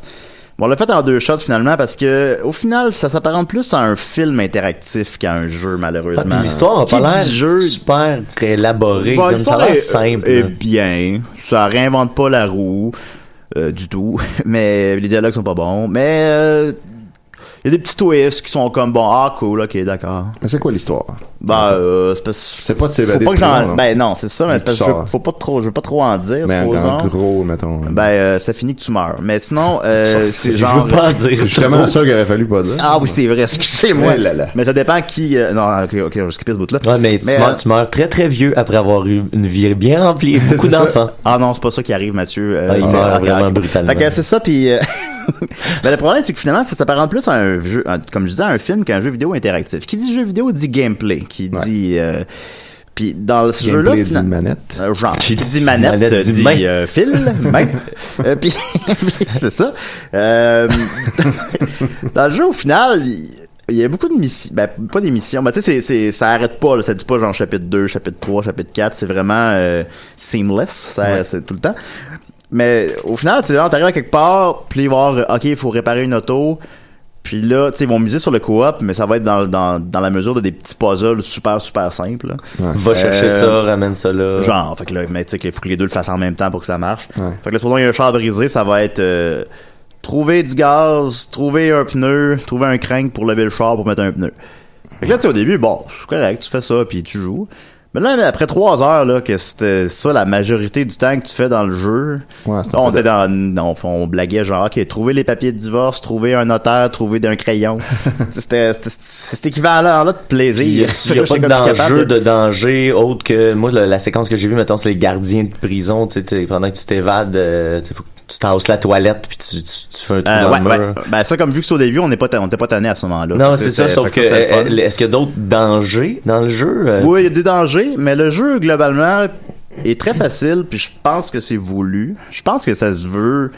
Speaker 2: mais on l'a fait en deux shots finalement parce que au final, ça s'apparente plus à un film interactif qu'à un jeu
Speaker 4: Ah, puis
Speaker 2: malheureusement.
Speaker 4: L'histoire n'a
Speaker 2: Qui
Speaker 4: pas
Speaker 2: dit jeu
Speaker 4: l'air super élaborée,
Speaker 2: Bah,
Speaker 4: comme ça a
Speaker 2: l'histoire
Speaker 4: l'air
Speaker 2: est-
Speaker 4: simple.
Speaker 2: est
Speaker 4: là.
Speaker 2: bien. Ça réinvente pas la roue euh, du tout. Mais les dialogues sont pas bons. Mais euh, il y a des petits twists qui sont comme bon ah cool ok d'accord.
Speaker 3: Mais c'est quoi l'histoire?
Speaker 2: Bah euh, c'est parce
Speaker 3: C'est pas de
Speaker 2: faut
Speaker 3: s'évader
Speaker 2: pas
Speaker 3: de
Speaker 2: que
Speaker 3: prison,
Speaker 2: j'en
Speaker 3: non?
Speaker 2: ben non c'est ça mais
Speaker 3: Mais tu
Speaker 2: parce que je veux-
Speaker 3: sors.
Speaker 2: faut pas trop je veux pas trop en dire
Speaker 3: Mais en
Speaker 2: supposons.
Speaker 3: gros, mettons.
Speaker 2: Ben euh, ça finit que tu meurs. Mais sinon euh, c'est genre
Speaker 4: Je veux pas en dire.
Speaker 3: c'est justement ça qu'il aurait fallu pas dire.
Speaker 2: ah oui c'est vrai excusez-moi
Speaker 3: Eh là là.
Speaker 2: mais ça dépend qui euh, non ok ok je vais skipper ce bout là.
Speaker 4: Ouais, mais, tu,
Speaker 2: euh,
Speaker 4: meurs, tu meurs très très vieux après avoir eu une vie bien remplie et beaucoup
Speaker 3: C'est ça.
Speaker 4: d'enfants.
Speaker 2: Ah non, c'est pas ça qui arrive, Mathieu. Euh,
Speaker 4: Ah, il
Speaker 2: c'est-
Speaker 4: meurt
Speaker 2: ah,
Speaker 4: vraiment
Speaker 2: ok.
Speaker 4: brutalement.
Speaker 2: Fait que c'est ça, puis... euh, ben, le problème, c'est que finalement, ça s'apparente plus à un jeu, à- comme je disais, à un film qu'à un jeu vidéo interactif. Qui dit jeu vidéo dit gameplay, qui
Speaker 3: Ouais.
Speaker 2: dit... euh, puis dans ce jeu-là...
Speaker 3: Gameplay d'une
Speaker 2: finalement-
Speaker 3: manette.
Speaker 2: euh, genre, qui dit
Speaker 4: dit
Speaker 2: manette,
Speaker 4: manette,
Speaker 2: euh,
Speaker 4: dit
Speaker 2: dit
Speaker 4: main.
Speaker 2: euh, fil, main. Euh, puis, puis c'est ça. Euh, dans le jeu, au final, il il y a beaucoup de missions. Ben, pas des missions. Ben, tu sais, c'est- c'est- ça arrête pas. Là, ça dit pas genre chapitre 2, chapitre 3, chapitre 4. C'est vraiment euh, seamless. Ça- C'est tout le temps. Mais au final, tu sais, genre, t'arrives à quelque part, puis voir, euh, OK, il faut réparer une auto. Puis là, tu sais, ils vont miser sur le coop, mais ça va être dans, dans, dans la mesure de des petits puzzles super, super simples. là.
Speaker 4: Va chercher
Speaker 2: Euh,
Speaker 4: ça, ramène ça là.
Speaker 2: Genre, fait que là, mais tu sais qu'il faut que les deux le fassent en même temps pour que ça marche.
Speaker 3: Ouais.
Speaker 2: Fait que là, supposons qu'il y a un char brisé, ça va être euh, trouver du gaz, trouver un pneu, trouver un crank pour lever le char pour mettre un pneu. Fait que là, tu sais, au début, bon, c'est correct, tu fais ça, puis tu joues. Mais là, après trois heures, là, que c'était ça la majorité du temps que tu fais dans le jeu,
Speaker 3: Ouais, Ah, c'est un
Speaker 2: on
Speaker 3: peu
Speaker 2: était dans, on, on blaguait genre, ok, trouver les papiers de divorce, trouver un notaire, trouver d'un crayon. c'était, c'était, c'était cet équivalent-là de plaisir.
Speaker 4: Il y a, il y a pas de
Speaker 2: J'étais comme plus capable
Speaker 4: danger, de danger autre que moi la, la séquence que j'ai vue mettons c'est les gardiens de prison tu sais t'es- pendant que tu t'évades euh, tu sais, faut que tu tasses la toilette puis tu, tu, tu fais un trou
Speaker 2: Euh,
Speaker 4: dans
Speaker 2: ouais,
Speaker 4: le mur.
Speaker 2: ouais. Ben ça, comme vu que c'est au début, on n'est pas ta- on était pas tanné à ce moment-là.
Speaker 4: Non,
Speaker 2: Tu
Speaker 4: c'est
Speaker 2: sais,
Speaker 4: ça, sauf que,
Speaker 2: fait c'était le fun.
Speaker 4: euh, est-ce qu'il y a d'autres dangers dans le jeu? Euh,
Speaker 2: oui, il y a des dangers, mais le jeu globalement est très facile, puis je pense que c'est voulu. Je pense que ça se veut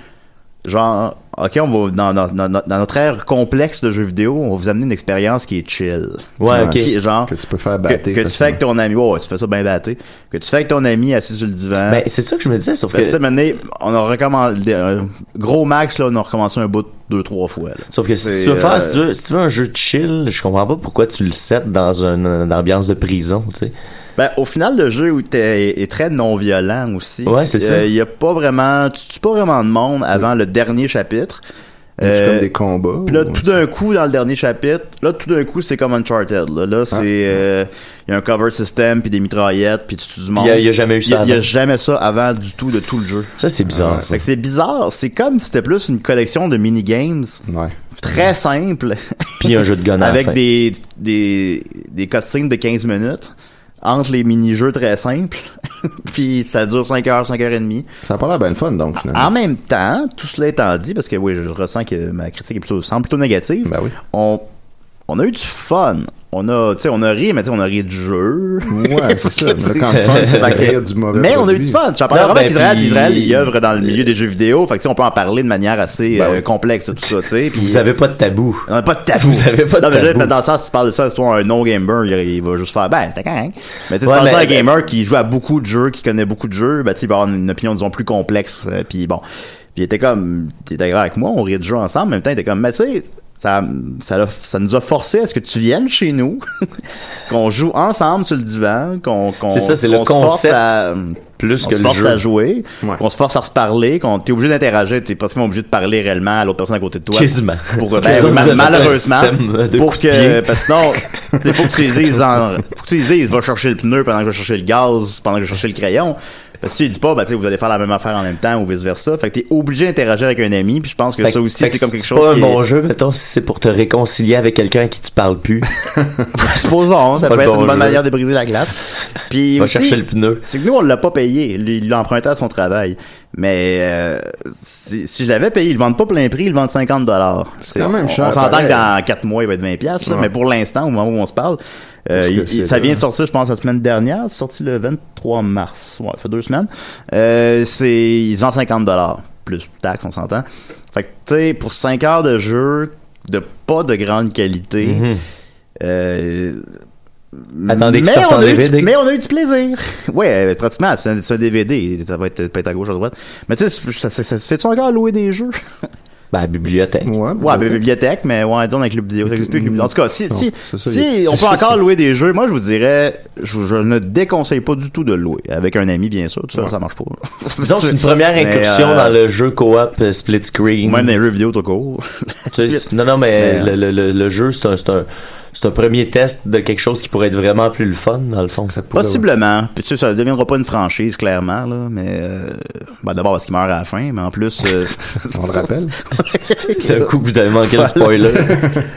Speaker 2: genre OK, on va dans, dans- dans- dans notre ère complexe de jeux vidéo, on va vous amener une expérience qui est chill.
Speaker 4: Ouais, ok.
Speaker 2: Qui est genre
Speaker 3: Que tu peux faire
Speaker 2: que,
Speaker 3: battre.
Speaker 2: que tu fais avec ton ami, ouais, tu fais ça bien batté, que tu fais avec ton ami assis sur le divan.
Speaker 4: Ben, c'est ça que je me disais, sauf
Speaker 2: Fait que,
Speaker 4: que,
Speaker 2: tu sais, maintenant, on a recommandé un gros max là, on a recommencé un bout deux trois fois. là.
Speaker 4: sauf que si
Speaker 2: c'est,
Speaker 4: tu veux
Speaker 2: euh,
Speaker 4: faire, si tu veux, si tu veux un jeu de chill, je comprends pas pourquoi tu le sets dans une, une ambiance de prison, tu sais.
Speaker 2: Ben, au final, le jeu où t'es- est, très non-violent aussi.
Speaker 4: Ouais, c'est ça.
Speaker 2: Il y a pas vraiment, tu tues pas vraiment de monde avant le dernier chapitre.
Speaker 3: C'est
Speaker 2: Euh,
Speaker 3: comme des combats.
Speaker 2: Puis là,
Speaker 3: ou-
Speaker 2: tout d'un coup, dans le dernier chapitre, là, tout d'un coup, c'est comme Uncharted. Là,
Speaker 3: Ah.
Speaker 2: là c'est... euh, Il y a un cover system, puis des mitraillettes, puis tu tues du monde.
Speaker 4: Il euh, y a- il y a jamais eu ça
Speaker 2: Il y a- Il y a
Speaker 4: avant.
Speaker 2: jamais ça avant du tout, de tout le jeu.
Speaker 4: Ça, c'est
Speaker 3: Ah,
Speaker 4: bizarre. ça.
Speaker 2: Fait que c'est bizarre. C'est comme si c'était plus une collection de minigames
Speaker 3: Ouais.
Speaker 2: très simple
Speaker 4: Puis un jeu de gun à la
Speaker 2: avec
Speaker 4: fin.
Speaker 2: des, des, des cutscenes de 15 minutes entre les mini-jeux très simples. puis ça dure 5 heures, 5 heures et demie.
Speaker 3: Ça a pas l'air bien le fun, donc, finalement.
Speaker 2: En même temps, tout cela étant dit, parce que oui, je ressens que ma critique est plutôt, semble plutôt négative,
Speaker 3: Ben oui.
Speaker 2: on, on a eu du fun. On a, tu sais, on a ri, mais tu sais, on a ri du jeu.
Speaker 3: Ouais, c'est ça. Mais Quand le fun,
Speaker 2: Fait
Speaker 3: c'est de
Speaker 2: que-
Speaker 3: rire du mauvais
Speaker 2: mais on a eu
Speaker 3: produit.
Speaker 2: du fun. J'en parle
Speaker 4: Non,
Speaker 2: vraiment
Speaker 4: ben,
Speaker 2: d'Israël.
Speaker 4: puis- Euh,
Speaker 2: Israël, il œuvre dans le milieu des jeux vidéo. Fait que, tu sais, on peut en parler de manière assez
Speaker 3: Ben
Speaker 2: euh,
Speaker 3: oui.
Speaker 2: complexe, tout ça, tu sais. Puis-
Speaker 4: Vous avez pas de tabou.
Speaker 2: on n'a pas de tabou.
Speaker 4: Vous avez pas de
Speaker 2: Non, mais là,
Speaker 4: tabou.
Speaker 2: dans le sens, si tu parles de ça, c'est toi un non-gamer, il, il va juste faire, ben, c'était correct. Mais tu sais, si tu
Speaker 4: Ouais,
Speaker 2: parles de ça à un
Speaker 4: mais-
Speaker 2: gamer qui joue à beaucoup de jeux, qui connaît beaucoup de jeux, ben, tu sais, il va avoir une opinion, disons, plus complexe. euh, Puis bon. Puis il était comme, il était d'accord avec moi, on riait de jeu ensemble. En même temps, il était comme, mais tu sais, ça, ça, l'a- ça nous a forcé à ce que tu viennes chez nous, qu'on joue ensemble sur le divan, qu'on, qu'on,
Speaker 4: C'est ça, c'est le
Speaker 2: qu'on se force
Speaker 4: concept
Speaker 2: à-
Speaker 4: Plus
Speaker 2: on
Speaker 4: que
Speaker 2: se
Speaker 4: le
Speaker 2: force à
Speaker 4: jeu.
Speaker 2: jouer,
Speaker 3: Ouais.
Speaker 2: qu'on se force à se parler, qu'on t'es obligé d'interagir, t'es pratiquement obligé de parler réellement à l'autre personne à côté de toi.
Speaker 4: Quasiment.
Speaker 2: Pour, ben,
Speaker 4: Quasiment,
Speaker 2: ma-
Speaker 4: vous avez
Speaker 2: malheureusement,
Speaker 4: un système de
Speaker 2: pour
Speaker 4: coups de
Speaker 2: que,
Speaker 4: pied.
Speaker 2: parce que sinon, il faut que tu les dises en, faut que tu les dises, va chercher le pneu pendant que je vais chercher le gaz, pendant que je vais chercher le crayon. Parce que si tu dis pas, bah, tu sais, vous allez faire la même affaire en même temps ou vice versa. Fait que t'es obligé d'interagir avec un ami, puis je pense que
Speaker 4: Fait
Speaker 2: ça
Speaker 4: que-
Speaker 2: aussi,
Speaker 4: fait
Speaker 2: c'est comme quelque
Speaker 4: c'est pas
Speaker 2: chose
Speaker 4: un
Speaker 2: qui
Speaker 4: bon
Speaker 2: est,
Speaker 4: jeu, mettons, si c'est pour te réconcilier avec quelqu'un à qui tu parles plus.
Speaker 2: supposons, ça
Speaker 4: pas le
Speaker 2: peut être
Speaker 4: bon
Speaker 2: une bonne
Speaker 4: jeu.
Speaker 2: manière de briser la glace. Puis
Speaker 4: Va
Speaker 2: aussi-
Speaker 4: chercher le pneu.
Speaker 2: C'est que nous, on l'a pas payé. Lui, Il l'a emprunté à son travail. Mais euh, si, si je l'avais payé, ils le vendent pas plein prix, ils le vendent 50 dollars.
Speaker 3: C'est quand même cher,
Speaker 2: On s'entend que
Speaker 3: pareil.
Speaker 2: dans 4 mois, il va être 20 pièces,
Speaker 3: Ouais.
Speaker 2: mais pour l'instant, au moment où on se parle, euh,
Speaker 3: Parce que
Speaker 2: il- il-
Speaker 3: c'est
Speaker 2: ça
Speaker 3: le-
Speaker 2: vient de sortir, je pense, la semaine dernière. C'est sorti le 23 mars. Ouais, ça fait deux semaines. Euh, c'est, ils vendent 50 dollars. Plus taxes, on s'entend. Fait que, tu sais, pour 5 heures de jeu, de pas de grande qualité,
Speaker 3: Mm-hmm.
Speaker 4: Mhm.
Speaker 2: euh,
Speaker 4: Attendez qu'il
Speaker 2: mais
Speaker 4: sorte
Speaker 2: on
Speaker 4: en
Speaker 2: a eu du-
Speaker 4: DVD.
Speaker 2: mais on a eu du plaisir. Ouais, euh, pratiquement, c'est un, c'est un DVD. Ça va être peut-être à gauche, à droite. Mais tu sais, ça, ça- ça se fait-tu encore louer des jeux?
Speaker 4: Ben, à la bibliothèque.
Speaker 3: Ouais,
Speaker 2: Ouais,
Speaker 3: peut-être.
Speaker 2: bibliothèque, mais ouais, disons dans un club vidéo. ça existe plus, club- En tout cas, si,
Speaker 3: Ah, Non,
Speaker 2: si,
Speaker 3: c'est ça,
Speaker 2: si
Speaker 3: il y
Speaker 2: on
Speaker 3: a- c'est
Speaker 2: peut
Speaker 3: ça,
Speaker 2: encore
Speaker 3: c'est-
Speaker 2: louer des jeux, moi je vous dirais, je, je ne déconseille pas du tout de le louer. Avec un ami, bien sûr, tout ça, ça marche pas.
Speaker 4: Disons, c'est une première
Speaker 2: Mais,
Speaker 4: incursion
Speaker 2: euh,
Speaker 4: dans le jeu co-op euh, split screen.
Speaker 2: Moi, dans les jeux vidéo, tout court.
Speaker 4: Tu sais, c'est- non, non, mais,
Speaker 2: Mais,
Speaker 4: le, le- le- le jeu, c'est un, c'est un- c'est un premier test de quelque chose qui pourrait être vraiment plus le fun, dans le fond.
Speaker 3: Ça pourrait, ouais.
Speaker 2: Possiblement. Puis tu sais, ça ne deviendra pas une franchise, clairement, là. Mais, euh, ben, d'abord parce qu'il meurt à la fin, mais en plus, euh,
Speaker 3: On le rappelle.
Speaker 4: D'un coup, vous avez manqué le spoiler.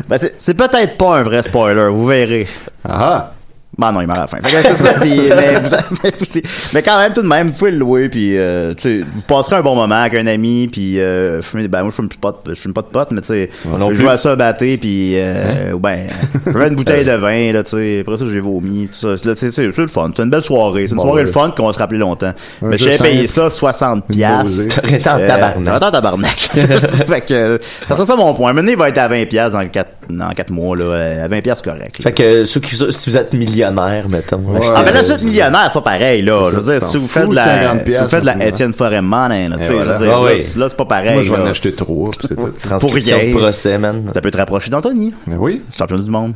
Speaker 2: Ben, c'est- c'est peut-être pas un vrai spoiler, vous verrez.
Speaker 3: Ah
Speaker 2: Ben non, il meurt à la fin. Fait que c'est ça, puis- mais, vous- mais c'est- mais quand même, tout de même, vous pouvez le louer, puis euh, tu sais, vous passerez un bon moment avec un ami, puis euh, fumer, ben moi je fume plus pas de, je fume pas de potes, mais tu sais,
Speaker 4: Moi non
Speaker 2: je
Speaker 4: plus.
Speaker 2: joue à ça batté, puis
Speaker 3: Hein?
Speaker 2: euh, ben, je vais une bouteille de vin, là, tu sais, après ça j'ai vomi, tout ça, Là, c'est c'est- c'est le fun, c'est une belle soirée, c'est une
Speaker 3: Bon,
Speaker 2: soirée le
Speaker 3: ouais.
Speaker 2: fun qu'on va se rappeler longtemps.
Speaker 3: Un
Speaker 2: mais
Speaker 3: jeu
Speaker 2: j'avais payé ça
Speaker 3: simple.
Speaker 2: 60
Speaker 3: Une
Speaker 2: piastres.
Speaker 3: dosée.
Speaker 4: T'aurais été en
Speaker 2: Euh,
Speaker 4: tabarnak.
Speaker 2: j'aurais été en tabarnak. fait que, euh, ça serait ça mon point. Maintenant, il va être à 20 piastres dans 4, dans quatre mois, là. euh, À 20 piastres, correct. là.
Speaker 4: Fait que, ceux qui, si vous êtes millionnaire, mettons. achetez-
Speaker 2: Ah,
Speaker 3: Ouais,
Speaker 2: ben là,
Speaker 3: ouais,
Speaker 2: vous êtes millionnaire, c'est pas pareil, là.
Speaker 3: Euh, C'est
Speaker 2: Je
Speaker 3: ça,
Speaker 2: veux dire,
Speaker 3: tu
Speaker 2: si
Speaker 3: t'en
Speaker 2: vous faites
Speaker 3: fous
Speaker 2: de
Speaker 3: de
Speaker 2: la,
Speaker 3: 50
Speaker 2: si vous faites de la
Speaker 3: maintenant.
Speaker 2: Etienne Forêt Money, là, tu sais,
Speaker 3: voilà.
Speaker 2: je veux dire,
Speaker 4: Ah
Speaker 2: là,
Speaker 4: oui.
Speaker 2: c'est- là, c'est pas pareil.
Speaker 3: Moi, je vais
Speaker 2: là.
Speaker 3: en acheter trois, puis c'est tout.
Speaker 4: transcription
Speaker 2: pour rien.
Speaker 4: de procès, man.
Speaker 2: Ça peut te rapprocher d'Anthony,
Speaker 3: Ben oui.
Speaker 2: c'est champion du monde.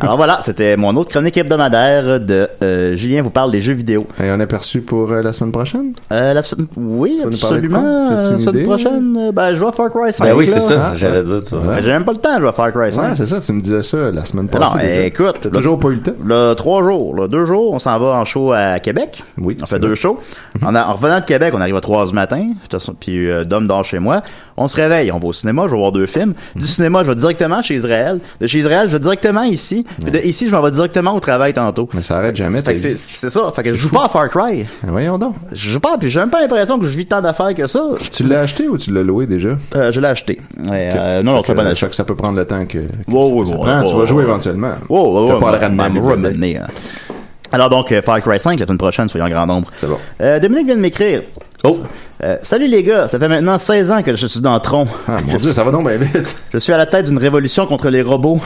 Speaker 2: Alors voilà, c'était mon autre chronique hebdomadaire de euh, Julien vous parle des jeux vidéo.
Speaker 3: Et un aperçu pour euh, la semaine prochaine?
Speaker 2: Euh, la semaine- oui,
Speaker 3: Tu vas nous parler de quoi?
Speaker 2: absolument.
Speaker 3: As-tu
Speaker 2: La
Speaker 3: une
Speaker 2: semaine
Speaker 3: idée?
Speaker 2: prochaine, euh, ben, je vais à Far Cry 5.
Speaker 4: Ben oui,
Speaker 2: là.
Speaker 4: c'est ça.
Speaker 3: Ah,
Speaker 4: J'allais dire, tu vois.
Speaker 2: Ben, J'ai même pas le temps, je vais à Far Cry 5.
Speaker 3: Ouais, c'est ça, tu me disais ça la semaine
Speaker 2: Non,
Speaker 3: passée. déjà.
Speaker 2: écoute,
Speaker 3: T'as
Speaker 2: là-
Speaker 3: toujours pas eu le temps?
Speaker 2: Là, trois jours, là, deux jours, on s'en va en show à Québec.
Speaker 3: Oui,
Speaker 2: On
Speaker 3: c'est
Speaker 2: fait deux
Speaker 3: vrai. Mhm.
Speaker 2: shows. En, a- en revenant de Québec, on arrive à 3 du matin. De toute façon, Puis euh, Dom dort chez moi. On se réveille, on va au cinéma, je vais voir deux films.
Speaker 3: Mhm.
Speaker 2: Du cinéma, je vais directement chez Israël. De chez Israël, je vais directement ici. Puis de ici, je m'en vais directement au travail tantôt.
Speaker 3: Mais ça arrête jamais,
Speaker 2: Fait
Speaker 3: t'as
Speaker 2: que c'est
Speaker 3: dit.
Speaker 2: c'est ça. Fait que je joue pas à Far Cry.
Speaker 3: Ben Voyons donc.
Speaker 2: Je joue pas, puis j'ai même pas l'impression que je vis tant d'affaires que ça.
Speaker 3: Tu l'as acheté ou tu l'as loué déjà?
Speaker 2: Euh, je l'ai acheté. Ouais, euh, non, non,
Speaker 3: Fait
Speaker 2: c'est
Speaker 3: que,
Speaker 2: pas
Speaker 3: euh,
Speaker 2: mal.
Speaker 3: fait que ça peut prendre le temps que. que
Speaker 2: Ouais, ouais,
Speaker 3: ça
Speaker 2: ouais,
Speaker 3: prend.
Speaker 2: ouais,
Speaker 3: tu
Speaker 2: ouais,
Speaker 3: vas jouer
Speaker 2: ouais.
Speaker 3: éventuellement.
Speaker 2: Oh, ouais,
Speaker 3: T'as
Speaker 2: ouais,
Speaker 3: pas
Speaker 2: ouais,
Speaker 3: le droit de
Speaker 2: ouais,
Speaker 3: m'amener.
Speaker 2: ouais, ouais, ouais, ouais. Alors donc, euh, Far Cry 5, la semaine prochaine, soyons en grand nombre.
Speaker 3: C'est bon.
Speaker 2: Euh, Dominique vient de m'écrire. Oh! salut les gars, ça fait maintenant 16 ans que je suis dans Tron.
Speaker 3: Ah, mon Dieu, ça va donc bien vite.
Speaker 2: Je suis à la tête d'une révolution contre les robots.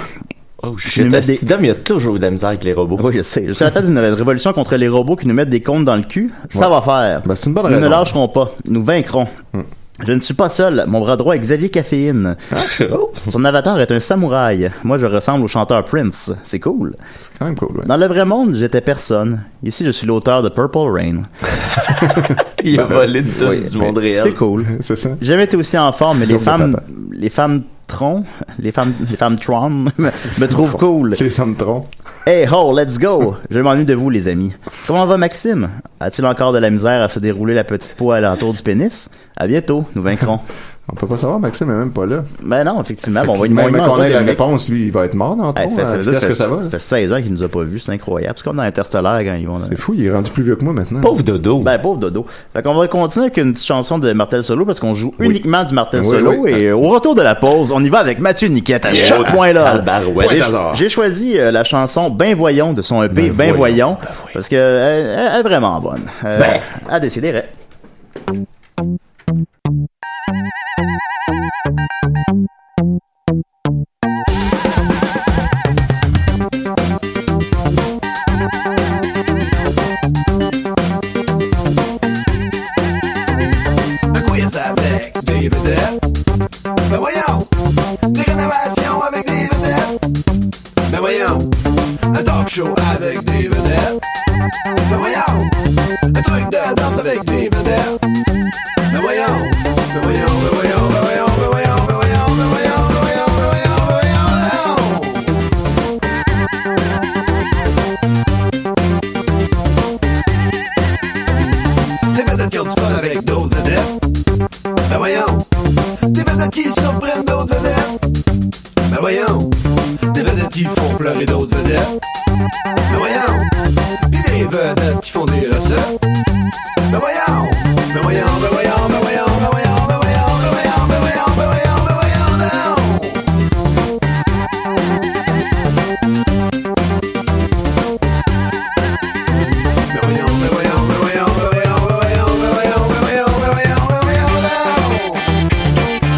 Speaker 4: Oh
Speaker 2: Je vais
Speaker 4: shit,
Speaker 2: mettre des-
Speaker 4: Asti, Dom, il y a toujours eu de la misère avec les robots.
Speaker 2: Oui, je sais. Je suis à la tête d'une révolution contre les robots qui nous mettent des comptes dans le cul. Ça va faire.
Speaker 3: Ben, c'est une bonne
Speaker 2: Nous ne
Speaker 3: raison. Hmm.
Speaker 2: lâcherons pas. Nous vaincrons. Je ne suis pas seul. Mon bras droit est Xavier Caféine.
Speaker 3: Ah,
Speaker 4: Oh.
Speaker 2: Son avatar est un samouraï. Moi, je ressemble au chanteur Prince. C'est cool.
Speaker 3: C'est quand même cool, ouais.
Speaker 2: Dans le vrai monde, j'étais personne. Ici, je suis l'auteur de Purple Rain.
Speaker 4: Il a volé de
Speaker 3: oui,
Speaker 4: du
Speaker 3: mais
Speaker 4: monde
Speaker 2: C'est
Speaker 4: réel.
Speaker 2: cool.
Speaker 3: C'est ça.
Speaker 2: J'ai jamais été aussi en forme, mais les
Speaker 3: Jour de
Speaker 2: femmes,
Speaker 3: papa.
Speaker 2: les femmes tron, les femmes, les femmes tron me, me trouvent cool.
Speaker 3: Les Samtrons.
Speaker 2: Hey ho, let's go! Je m'ennuie de vous, les amis. Comment va Maxime? A-t-il encore de la misère à se dérouler la petite peau alentour du pénis? À bientôt, nous vaincrons.
Speaker 3: On peut pas savoir, Maxime est même pas là.
Speaker 2: ben non, effectivement,
Speaker 3: Fait
Speaker 2: bon, on
Speaker 3: que
Speaker 2: va lui
Speaker 3: même
Speaker 2: demander
Speaker 3: qu'on
Speaker 2: encore,
Speaker 3: ait la
Speaker 2: Dominique.
Speaker 3: réponse, lui, il va être mort dans
Speaker 2: Hey, ça
Speaker 3: ton.
Speaker 2: fait- ça veut dire
Speaker 3: euh, Qu'est-ce
Speaker 2: que
Speaker 3: que ça va?
Speaker 2: ça fait 16 ans qu'il nous a pas vus, c'est incroyable. C'est comme dans Interstellar quand ils vont.
Speaker 3: C'est fou, il est rendu plus vieux que moi maintenant.
Speaker 4: Pauvre dodo.
Speaker 2: Ben, pauvre dodo. Fait qu'on va continuer avec une petite chanson de Martel Solo parce qu'on joue uniquement du Martel
Speaker 3: Oui,
Speaker 2: Solo.
Speaker 3: oui.
Speaker 2: Et euh, au retour de la pause, on y va avec Mathieu Niquette à chaque point là.
Speaker 4: Tabarouette.
Speaker 3: Point d'hasard.
Speaker 2: J'ai choisi euh, la chanson Ben Voyons de son EP Ben, voyons, parce que euh, elle, elle est vraiment bonne. Euh,
Speaker 3: Ben.
Speaker 2: À décider. hein.
Speaker 5: Un quiz avec des vedettes. Ben voyons, des rénovations avec des vedettes. Ben voyons, un talk show avec des vedettes. Ben voyons, un truc de danse avec des vedettes. Ben voyons, ben voyons, ben voyons, ben voyons, ben voyons, ben voyons, ben voyons, ben voyons, ben voyons, ben voyons, ben voyons. Des vedettes qui ont du fun avec d'autres vedettes. Ben voyons. Des vedettes qui surprennent d'autres vedettes. Ben voyons. Des vedettes qui font pleurer d'autres vedettes. Ben voyons. Pis des vedettes qui font des recettes. Ben voyons. Ben voyons, ben voyons, ben voyons, ben voyons, ben voyons, ben voyons, ben voyons, ben voyons, ben voyons, ben voyons, non. Ben voyons, ben voyons, ben voyons, ben voyons, ben voyons, ben voyons, ben voyons, ben voyons, ben voyons, non.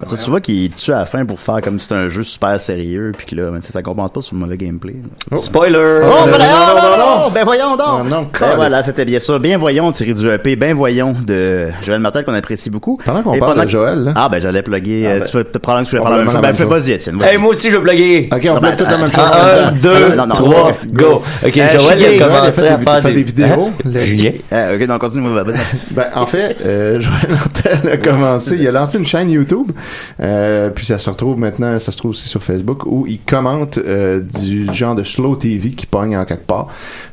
Speaker 2: Parce que tu vois qu'il tue à la fin pour faire comme si c'était un jeu super sérieux, puis que là, ben, tu sais, ça compense pas sur le mauvais gameplay.
Speaker 4: Spoiler!
Speaker 2: Oh,
Speaker 3: non,
Speaker 2: ben, oh,
Speaker 3: non, non,
Speaker 2: non,
Speaker 3: non,
Speaker 2: non, ben voyons donc.
Speaker 3: Ah, non,
Speaker 2: ben
Speaker 3: calme.
Speaker 2: voilà, c'était bien ça. Bien voyons, tiré du EP, ben voyons de Joël Martel qu'on apprécie beaucoup.
Speaker 3: Pendant qu'on
Speaker 2: Et
Speaker 3: parle de Joël, là.
Speaker 2: Ah ben j'allais plugger.
Speaker 3: Ah,
Speaker 2: euh,
Speaker 3: ben,
Speaker 2: tu veux te prendre que tu voulais faire la même
Speaker 3: probablement
Speaker 2: chose.
Speaker 3: la
Speaker 2: Ben fais
Speaker 3: même
Speaker 2: vas-y, Étienne. vas-y.
Speaker 4: Hey, moi aussi, je veux blaguer!
Speaker 3: Ok, on
Speaker 2: Non,
Speaker 3: fait
Speaker 2: ben,
Speaker 3: toute la même chose. en
Speaker 4: Un,
Speaker 3: même temps.
Speaker 4: deux,
Speaker 2: non, non,
Speaker 4: trois,
Speaker 2: ok.
Speaker 4: go! Ok,
Speaker 2: Euh,
Speaker 4: Joël, il a
Speaker 2: Julien,
Speaker 3: Joël a
Speaker 4: commencé
Speaker 3: fait
Speaker 4: à
Speaker 3: des-
Speaker 4: faire
Speaker 3: fait
Speaker 4: des,
Speaker 3: des Hein? vidéos. Le-
Speaker 4: Julien?
Speaker 2: Euh, ok, donc continue. vas-y, vas-y.
Speaker 3: Ben, en fait, euh, Joël Martel a commencé, il a lancé une chaîne YouTube, euh, puis ça se retrouve maintenant, ça se trouve aussi sur Facebook, où il commente euh, du genre de slow TV qui pogne en quelque part.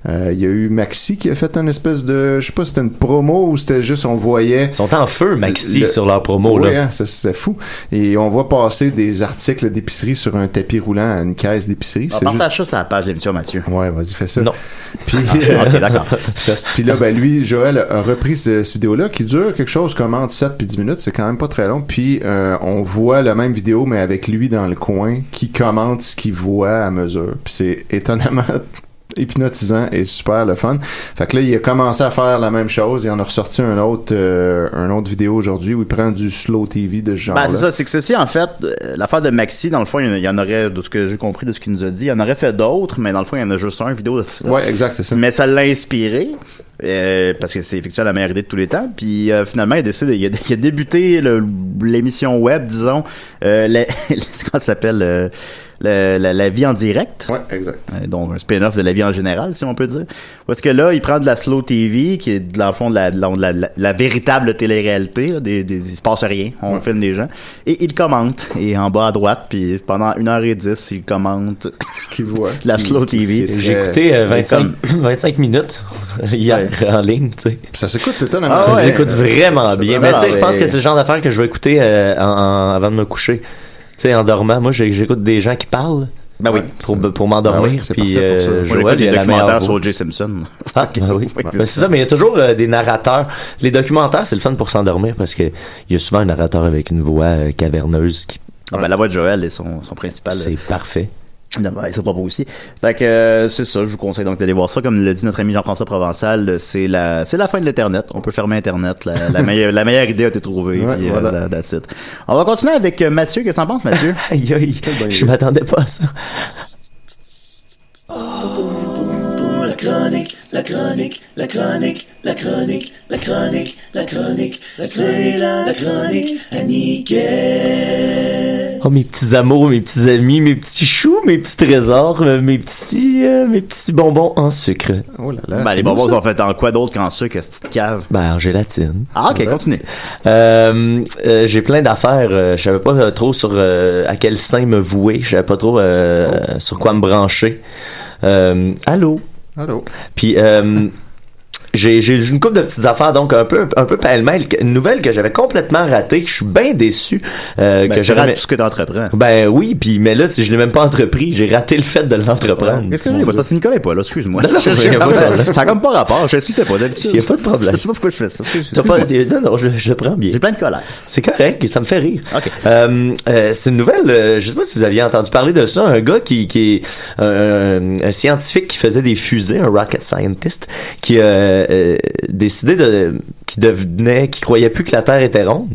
Speaker 3: Euh, il y a eu Maxi qui a fait une espèce de, je sais pas si c'était une promo ou c'était juste, on voyait...
Speaker 4: Ils sont en feu, Maxi,
Speaker 3: Le-
Speaker 4: sur leur promo,
Speaker 3: Oui,
Speaker 4: là.
Speaker 3: hein, ça, c'est fou. Et on voit passer des articles d'épicerie sur un tapis roulant à une caisse d'épicerie.
Speaker 2: On
Speaker 3: C'est juste-
Speaker 2: Partage ça sur la page de l'émission, Mathieu.
Speaker 3: Ouais, vas-y, fais ça.
Speaker 4: Ah, Non. Ah,
Speaker 3: Puis,
Speaker 2: ok, d'accord.
Speaker 3: puis là, ben lui, Joël a repris ce- cette vidéo-là qui dure quelque chose comme entre 7 puis 10 minutes. C'est quand même pas très long. Puis euh, on voit la même vidéo, mais avec lui dans le coin, qui commente ce qu'il voit à mesure. Puis c'est étonnamment hypnotisant et super le fun. Fait que là, il a commencé à faire la même chose. Il en a ressorti un autre, euh, un autre vidéo aujourd'hui où il prend du slow TV de ce genre.
Speaker 2: Ben, c'est ça, c'est que ceci, en fait, euh, l'affaire de Maxi, dans le fond, il y en a- il y en aurait, de ce que j'ai compris, de ce qu'il nous a dit, il y en aurait fait d'autres, mais dans le fond, il y en a juste un vidéo de ça.
Speaker 3: Ouais, exact, c'est ça.
Speaker 2: Mais ça l'a inspiré, euh, parce que c'est effectivement la meilleure idée de tous les temps. Puis euh, finalement, il, décide, il, a, il a débuté le- l'émission web, disons, euh, la- comment ça s'appelle euh, la, la- la vie en direct.
Speaker 3: Ouais, exact.
Speaker 2: Euh, donc un spin-off de la vie en général, si on peut dire. Parce que là, il prend de la slow TV, qui est dans le fond de la, de la, de la- de la véritable télé-réalité. là, des, des- il se passe rien, on filme les gens. Et il commente, et en bas à droite, puis pendant 1h10, il commente
Speaker 3: ce qu'il voit.
Speaker 2: la
Speaker 3: Qui-
Speaker 2: slow TV.
Speaker 3: qui est
Speaker 4: J'ai
Speaker 3: très-
Speaker 4: écouté euh,
Speaker 2: il est
Speaker 4: 25,
Speaker 2: comme-
Speaker 4: 25 minutes hier en ligne, tu sais.
Speaker 3: Ça s'écoute étonnamment.
Speaker 4: ça
Speaker 2: Ah ouais.
Speaker 4: s'écoute vraiment bien. Mais
Speaker 2: vraiment-
Speaker 4: tu sais, je pense
Speaker 2: mais-
Speaker 4: que c'est le genre d'affaire que je vais écouter euh, en- en- avant de me coucher. Tu sais, en dormant. Moi, j'ai- j'écoute des gens qui parlent.
Speaker 2: Ben oui.
Speaker 4: Pour, pour m'endormir.
Speaker 3: Ben oui, c'est
Speaker 4: puis,
Speaker 3: parfait pour ça.
Speaker 4: euh,
Speaker 3: Moi,
Speaker 2: Moi,
Speaker 4: Joël, il
Speaker 2: j'écoute
Speaker 4: a
Speaker 2: des
Speaker 4: la meilleure
Speaker 2: documentaires sur
Speaker 4: voix.
Speaker 2: O.J. Simpson.
Speaker 4: Ah, ben oui.
Speaker 2: Oui,
Speaker 4: Ben, c'est ça, mais il y a toujours euh, des narrateurs. Les documentaires, c'est le fun pour s'endormir parce que il y a souvent un narrateur avec une voix euh, caverneuse qui.
Speaker 2: Ah, ben, la voix de Joël est son, son principal.
Speaker 4: C'est parfait.
Speaker 2: Non, ben, c'est pas beau aussi. Fait que euh, c'est ça, je vous conseille donc d'aller voir ça. Comme le dit notre ami Jean-François Provençal, euh, c'est la c'est la fin de l'Internet. On peut fermer Internet. La, la meilleure, la meilleure idée a été trouvée.
Speaker 3: Ouais,
Speaker 2: puis, euh,
Speaker 3: voilà.
Speaker 2: that- that's it. On va continuer avec euh, Mathieu. Qu'est-ce que t'en penses, Mathieu?
Speaker 4: Aïe, aïe. Je m'attendais pas à ça. Oh, Oh, mes petits amours, mes petits amis, mes petits choux, mes petits trésors, euh, mes petits, euh, mes petits bonbons en sucre.
Speaker 3: Oh là là.
Speaker 2: ben,
Speaker 3: c'est
Speaker 2: les
Speaker 3: beau,
Speaker 2: bonbons
Speaker 3: ça.
Speaker 2: sont faits en quoi d'autre qu'en sucre, cette petite cave?
Speaker 4: Ben, en gélatine.
Speaker 2: Ah, ok, continue.
Speaker 4: Euh, euh, j'ai plein d'affaires. euh, je savais pas euh, trop sur euh, à quel sein me vouer. Je savais pas trop euh,
Speaker 2: Oh.
Speaker 4: sur quoi me brancher. Euh, allô.
Speaker 3: Allô.
Speaker 4: Puis euh, j'ai j'ai une couple de petites affaires donc un peu un peu pêle-mêle. Une nouvelle que j'avais complètement ratée. que Je suis bien déçu euh, que
Speaker 2: Ben, tu
Speaker 4: j'aurais-
Speaker 2: rates tout ce que t'entreprends.
Speaker 4: Ben oui, puis mais là si je l'ai même pas entrepris, j'ai raté le fait de l'entreprendre.
Speaker 2: Ah, Qu'est-ce que c'est? Parce que Nicolas est pas là, excuse-moi.
Speaker 4: mais y a pas de problème.
Speaker 2: Ça a comme pas rapport, je suis pas d'habitude.
Speaker 4: Y a pas de problème.
Speaker 2: Je sais pas pourquoi je fais ça.
Speaker 4: T'as pas- non non, je, je le prends bien.
Speaker 2: J'ai plein de colère.
Speaker 4: C'est correct, ça me fait rire.
Speaker 2: Ok.
Speaker 4: Euh, euh, c'est une nouvelle, euh, je sais pas si vous aviez entendu parler de ça, un gars qui, qui est euh, un scientifique qui faisait des fusées, un rocket scientist, qui a euh, décidé de, qui devenait, qui croyait plus que la Terre était ronde,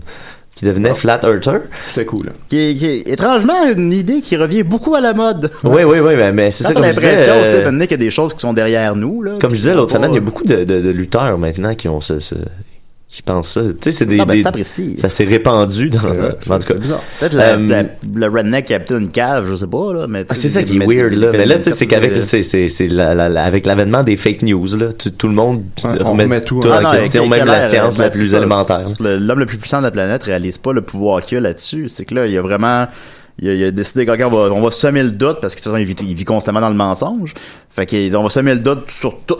Speaker 4: qui
Speaker 2: Oh.
Speaker 4: devenait flat earther.
Speaker 3: C'était cool.
Speaker 2: Qui est- qui est, étrangement, une idée qui revient beaucoup à la mode.
Speaker 4: Oui, oui, oui, mais, mais c'est ça
Speaker 2: Quand
Speaker 4: comme je
Speaker 2: t'as
Speaker 4: disais.
Speaker 2: l'impression, tu sais,
Speaker 4: euh,
Speaker 2: maintenant qu'il y a des choses qui sont derrière nous, là.
Speaker 4: comme je disais l'autre
Speaker 2: C'est pas-
Speaker 4: semaine, il y a beaucoup de, de, de lutteurs maintenant qui ont ce, ce- qui pensent ça. Tu sais, c'est des,
Speaker 2: Non, ben,
Speaker 4: des-
Speaker 2: ça apprécie.
Speaker 4: ça s'est répandu dans,
Speaker 3: Ouais,
Speaker 4: en tout
Speaker 3: C'est
Speaker 4: cas.
Speaker 3: c'est bizarre.
Speaker 2: Peut-être la-
Speaker 4: Euh,
Speaker 2: la- le redneck qui a peut-être une cave, je sais pas, là. Mais,
Speaker 4: Ah, c'est ça qui est weird là, mais là tu sais c'est qu'avec c'est c'est c'est la- la- la- avec l'avènement des fake news là, tu- tout le monde
Speaker 3: Ouais, on remet tout
Speaker 4: en
Speaker 3: en- Ah, non,
Speaker 4: question, même la science
Speaker 2: ben,
Speaker 4: la plus élémentaire. là.
Speaker 2: L'homme le plus puissant de la planète réalise pas le pouvoir qu'il a là-dessus. C'est que là, il y a vraiment. Il a, il a décidé qu'on on va, on va semer le doute parce que de toute façon, il vit, il vit constamment dans le mensonge. Fait qu'ils on va semer le doute sur tout.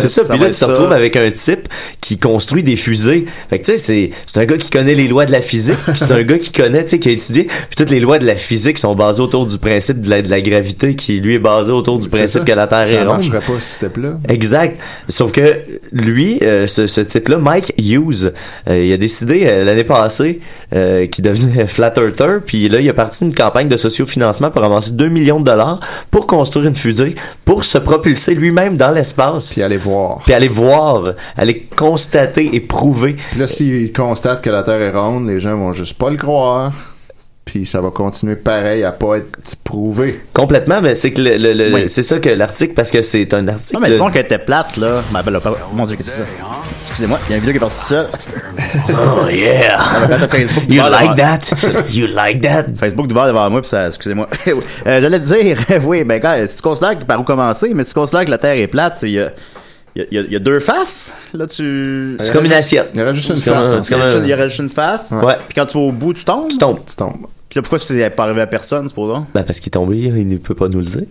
Speaker 4: Ben, puis c'est ça, puis là
Speaker 2: va
Speaker 4: tu
Speaker 2: être
Speaker 4: te retrouves avec un type qui construit des fusées. Fait que tu sais c'est c'est un gars qui connaît les lois de la physique, puis c'est un gars qui connaît tu sais qui a étudié, puis toutes les lois de la physique sont basées autour du principe de la, de la gravité qui lui est basé autour du
Speaker 3: C'est
Speaker 4: principe
Speaker 3: ça.
Speaker 4: que la Terre
Speaker 3: Ça
Speaker 4: est ronde.
Speaker 3: marcherait pas si c'était plat.
Speaker 4: Exact. Sauf que lui, euh, ce, ce type-là, Mike Hughes, euh, il a décidé euh, l'année passée euh, qu'il devenait flat earther, puis là, il a parti une campagne de sociofinancement pour ramasser 2 millions de dollars pour construire une fusée, pour se propulser lui-même dans l'espace,
Speaker 3: Puis aller voir.
Speaker 4: puis aller voir, aller constater et prouver.
Speaker 3: Puis là, s'ils constatent que la Terre est ronde, les gens vont juste pas le croire. Puis ça va continuer pareil à pas être prouvé.
Speaker 4: Complètement, mais c'est que le, le- le-
Speaker 2: Oui.
Speaker 4: c'est ça que l'article, parce que c'est un article...
Speaker 2: Non, mais disons qu'elle était plate, là. Ben, ben, là, mon dieu, qu'est-ce que c'est ça? Excusez-moi, il y a une vidéo qui est partie seule.
Speaker 4: Oh yeah!
Speaker 2: Facebook,
Speaker 4: You
Speaker 2: voilà.
Speaker 4: like that? You like that?
Speaker 2: Facebook devant devant moi, puis ça, excusez-moi. Euh, J'allais te dire, oui, ben quand, si tu considères que par où commencer, mais si tu considères que la Terre est plate, c'est- il y a, il y, a- il y a- il y a deux faces. Là, tu.
Speaker 4: C'est comme une assiette.
Speaker 3: Il y aurait juste une
Speaker 4: C'est comme
Speaker 3: face.
Speaker 4: un-
Speaker 3: hein.
Speaker 4: c'est
Speaker 2: Il y
Speaker 4: comme
Speaker 2: a
Speaker 4: un-
Speaker 2: juste- il y aurait juste une face.
Speaker 4: Ouais.
Speaker 2: Puis quand tu vas au bout, tu tombes.
Speaker 4: Tu tombes.
Speaker 3: Tu tombes.
Speaker 2: Puis là, pourquoi c'est pas arrivé à personne, supposons?
Speaker 4: Ben parce qu'il est tombé, il ne peut pas nous le dire.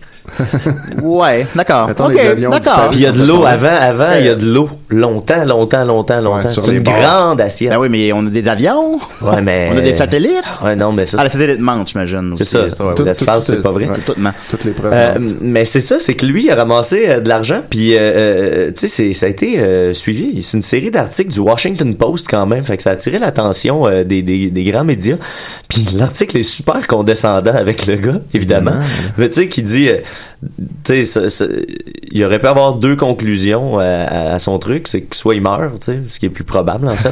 Speaker 2: Ouais, d'accord.
Speaker 3: Attends,
Speaker 2: Ok,
Speaker 3: les avions
Speaker 2: d'accord.
Speaker 3: disparus.
Speaker 4: Puis il y a de l'eau avant, avant, il y a de l'eau. Longtemps, longtemps, longtemps, longtemps.
Speaker 3: Ouais, sur
Speaker 4: C'est
Speaker 3: les
Speaker 4: une
Speaker 3: bords.
Speaker 4: grande assiette.
Speaker 2: Ben oui, mais on a des avions.
Speaker 4: Ouais, mais-
Speaker 2: On a des satellites.
Speaker 4: Ouais, non, mais ça,
Speaker 2: Ah, les
Speaker 4: c'est-
Speaker 2: satellites mentent, j'imagine.
Speaker 4: c'est
Speaker 2: aussi.
Speaker 4: ça.
Speaker 2: ouais,
Speaker 3: Tout-
Speaker 2: ouais.
Speaker 4: L'espace,
Speaker 3: tout-
Speaker 4: c'est pas vrai.
Speaker 3: ouais.
Speaker 2: Tout- tout-
Speaker 3: Toutes les preuves.
Speaker 4: Euh,
Speaker 3: mentent.
Speaker 4: mais c'est ça, c'est que lui il a ramassé euh, de l'argent, puis euh, euh, tu sais, c'est- ça a été euh, suivi. C'est une série d'articles du Washington Post quand même, fait que ça a attiré l'attention euh, des, des, des grands médias. Puis l'article article est super condescendant avec le gars, évidemment. Mais tu sais, qui dit, euh, tu sais, ça- ça- il aurait pu avoir deux conclusions à, à- à son truc, c'est que soit il meurt, tu sais, ce qui est plus probable en fait.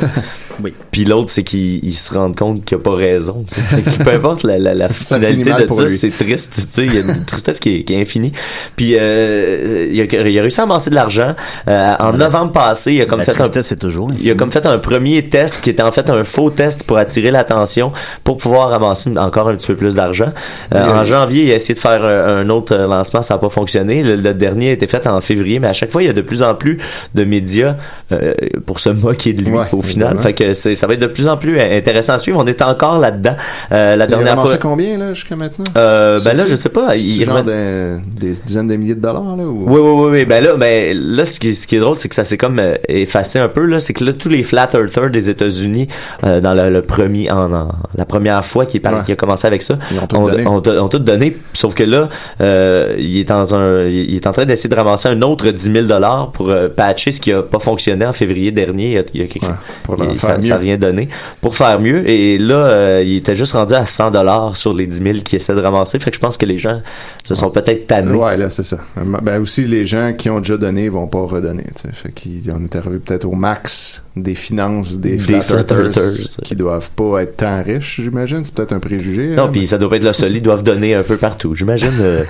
Speaker 2: Oui.
Speaker 4: Puis l'autre, c'est qu'il il se rende compte qu'il a pas raison. tu sais. Fait que peu importe la, la, la
Speaker 3: Ça
Speaker 4: finalité
Speaker 3: finit mal
Speaker 4: de
Speaker 3: pour
Speaker 4: ça,
Speaker 3: lui.
Speaker 4: c'est triste. tu sais, Il y a une tristesse qui est, qui est infinie. Puis euh, il, a, il a réussi à amasser de l'argent. Euh, en novembre passé, il a comme
Speaker 2: La
Speaker 4: fait un
Speaker 2: tristesse, c'est toujours.
Speaker 4: il a comme fait un premier test qui était en fait un faux test pour attirer l'attention pour pouvoir avancer encore un petit peu plus d'argent. Euh,
Speaker 3: Oui.
Speaker 4: En janvier, il a essayé de faire un, un autre euh, lancement, ça n'a pas fonctionné. Le, le dernier a été fait en février, mais à chaque fois, il y a de plus en plus de médias euh, pour se moquer de lui
Speaker 3: Ouais,
Speaker 4: au final.
Speaker 3: évidemment.
Speaker 4: Fait que c'est- ça va être de plus en plus euh, intéressant à suivre. On est encore là-dedans. Euh, la
Speaker 3: Il a
Speaker 4: dernière
Speaker 3: ramassé
Speaker 4: fois.
Speaker 3: combien, là, jusqu'à maintenant?
Speaker 4: Euh, ben
Speaker 3: C'est-
Speaker 4: là, je sais pas.
Speaker 3: c'est
Speaker 4: il- il
Speaker 3: genre
Speaker 4: remet-
Speaker 3: des, des dizaines de milliers de dollars, là, ou...
Speaker 4: Oui, oui, oui, oui. Ben là, ben, là ce, qui, ce qui est drôle, c'est que ça s'est comme euh, effacé un peu. là C'est que là, tous les flat earthers des États-Unis, euh, dans le, le premier, en, en- la première fois qui, par-
Speaker 3: Ouais.
Speaker 4: qui a commencé avec ça,
Speaker 3: Ils ont tout
Speaker 4: on,
Speaker 3: donné.
Speaker 4: on t'a- on tout donné. Sauf que là, euh, il, est dans un, il est en train d'essayer de ramasser un autre 10 000 pour euh, patcher ce qui a pas fonctionné en février dernier. Il y a, il y a quelque-
Speaker 3: Ouais, pour le
Speaker 4: il-
Speaker 3: faire
Speaker 4: ça, ça a
Speaker 3: mieux.
Speaker 4: rien donné. Pour faire mieux. Et là, euh, il était juste rendu à 100 sur les 10 000 qu'il essaie de ramasser. Fait que je pense que les gens se sont peut-être tannés.
Speaker 3: Ouais, là, c'est ça. Ben aussi, les gens qui ont déjà donné vont pas redonner. tu sais. Fait qu'on est arrivé peut-être au max des finances des,
Speaker 4: Des
Speaker 3: flat earthers
Speaker 4: flat-earthers.
Speaker 3: qui doivent pas être tant riches, j'imagine. C'est peut-être un préjugé. hein, là,
Speaker 4: Non, puis ça doit pas être le seul. Ils doivent donner un peu partout. J'imagine euh,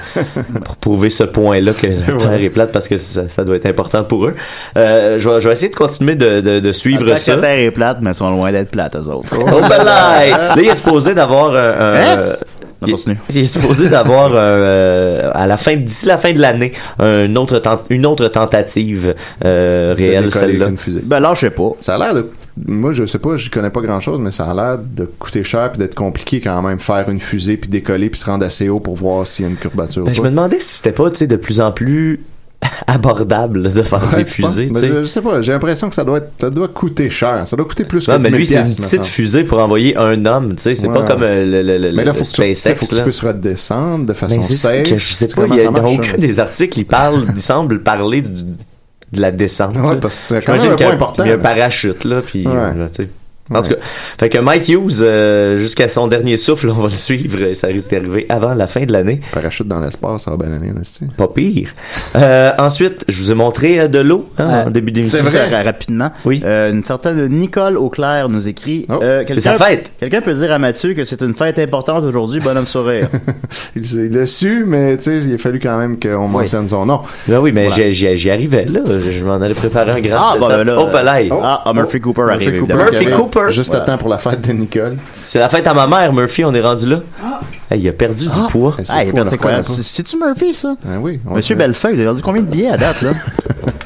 Speaker 4: pour prouver ce point-là que la Terre est plate parce que ça, ça doit être important pour eux. Euh, je, vais, je vais essayer de continuer de, de, de suivre
Speaker 2: La
Speaker 4: ça.
Speaker 2: terre est plate, mais ils sont loin d'être plates, eux autres.
Speaker 4: Oh ben là, là, il est supposé d'avoir un... un-
Speaker 2: Hein? On
Speaker 4: il,
Speaker 2: continue.
Speaker 4: il est supposé d'avoir un, euh, à la fin d'ici la fin de l'année un autre tent- une autre tentative euh,
Speaker 3: de
Speaker 4: réelle
Speaker 3: décoller
Speaker 4: celle-là.
Speaker 3: avec une fusée.
Speaker 2: Ben là, je sais pas.
Speaker 3: Ça a l'air de. Moi, je sais pas, je connais pas grand-chose, mais ça a l'air de coûter cher puis d'être compliqué quand même. Faire une fusée puis décoller puis se rendre assez haut pour voir s'il y a une curvature.
Speaker 4: Ben,
Speaker 3: ou
Speaker 4: je
Speaker 3: pas.
Speaker 4: me demandais si c'était pas tu sais de plus en plus abordable de faire
Speaker 3: Ouais,
Speaker 4: des
Speaker 3: tu penses?
Speaker 4: fusées.
Speaker 3: Ben, Mais
Speaker 4: tu sais.
Speaker 3: je, je sais pas, j'ai l'impression que ça doit, être, ça doit coûter cher. Ça doit coûter plus
Speaker 4: Non,
Speaker 3: que
Speaker 4: mais
Speaker 3: 10
Speaker 4: lui, c'est
Speaker 3: 000
Speaker 4: une
Speaker 3: piastres, me
Speaker 4: petite
Speaker 3: semble.
Speaker 4: fusée pour envoyer un homme, tu sais. C'est
Speaker 3: Ouais.
Speaker 4: pas comme euh, le, le, le,
Speaker 3: Mais
Speaker 4: le
Speaker 3: là, faut que, tu, tu sais,
Speaker 4: SpaceX,
Speaker 3: faut que tu
Speaker 4: là.
Speaker 3: puisses redescendre de façon
Speaker 4: Ben, c'est ça
Speaker 3: safe.
Speaker 4: que je sais
Speaker 3: Tu
Speaker 4: pas,
Speaker 3: comment
Speaker 4: il y a,
Speaker 3: ça
Speaker 4: il y a
Speaker 3: marche, hein?
Speaker 4: aucun
Speaker 3: ça?
Speaker 4: des articles, ils parlent, ils semblent parler du- de la descente.
Speaker 3: hein? Ouais,
Speaker 4: là.
Speaker 3: parce que c'est quand
Speaker 4: J'imagine
Speaker 3: même un
Speaker 4: qu'il y a
Speaker 3: point important,
Speaker 4: Il y a un
Speaker 3: là.
Speaker 4: parachute, là, puis...
Speaker 3: Ouais.
Speaker 4: euh, tu sais. En tout cas, fait que Mike Hughes, euh, jusqu'à son dernier souffle, on va le suivre, euh, ça risque d'arriver avant la fin de l'année.
Speaker 3: Parachute dans l'espace, ça va bien aller, n'est-ce
Speaker 4: Pas pire. Euh, ensuite, je vous ai montré euh, de l'eau hein,
Speaker 2: Euh,
Speaker 4: en début
Speaker 2: C'est
Speaker 4: d'émission.
Speaker 2: vrai. Rapidement.
Speaker 4: Oui.
Speaker 2: Euh, une certaine Nicole Auclair nous écrit.
Speaker 3: Oh,
Speaker 2: euh,
Speaker 4: c'est
Speaker 2: quelqu'un-
Speaker 4: sa fête.
Speaker 2: Quelqu'un peut dire à Mathieu que c'est une fête importante aujourd'hui, bonhomme sourire.
Speaker 3: Il, il l'a su, mais tu sais, il a fallu quand même qu'on mentionne son nom.
Speaker 4: Ben oui, mais
Speaker 2: Voilà.
Speaker 4: j'y- j'y j'y arrivais, là. Je, je m'en allais préparer un grand
Speaker 2: ah, bon,
Speaker 4: setup.
Speaker 2: ben là.
Speaker 4: Oh, palais.
Speaker 3: Oh.
Speaker 2: ah, ah, Murphy Cooper
Speaker 3: Murphy
Speaker 2: arrive.
Speaker 3: Cooper,
Speaker 2: évidemment.
Speaker 4: Murphy
Speaker 3: qui arrive
Speaker 4: Cooper.
Speaker 3: Juste à temps pour la fête de Nicole.
Speaker 4: C'est la fête à ma mère, Murphy, on est rendu là. Hey, il a perdu du poids.
Speaker 3: Eh, c'est
Speaker 2: Ah, il a
Speaker 3: fou, on
Speaker 2: perdu
Speaker 3: le
Speaker 2: quoi?
Speaker 3: reconnaît
Speaker 2: C'est- C'est-tu Murphy, ça?
Speaker 3: pas. Ah oui, on
Speaker 2: Monsieur
Speaker 3: le-
Speaker 2: Bellefeuille, vous avez vendu combien de billets à date, là?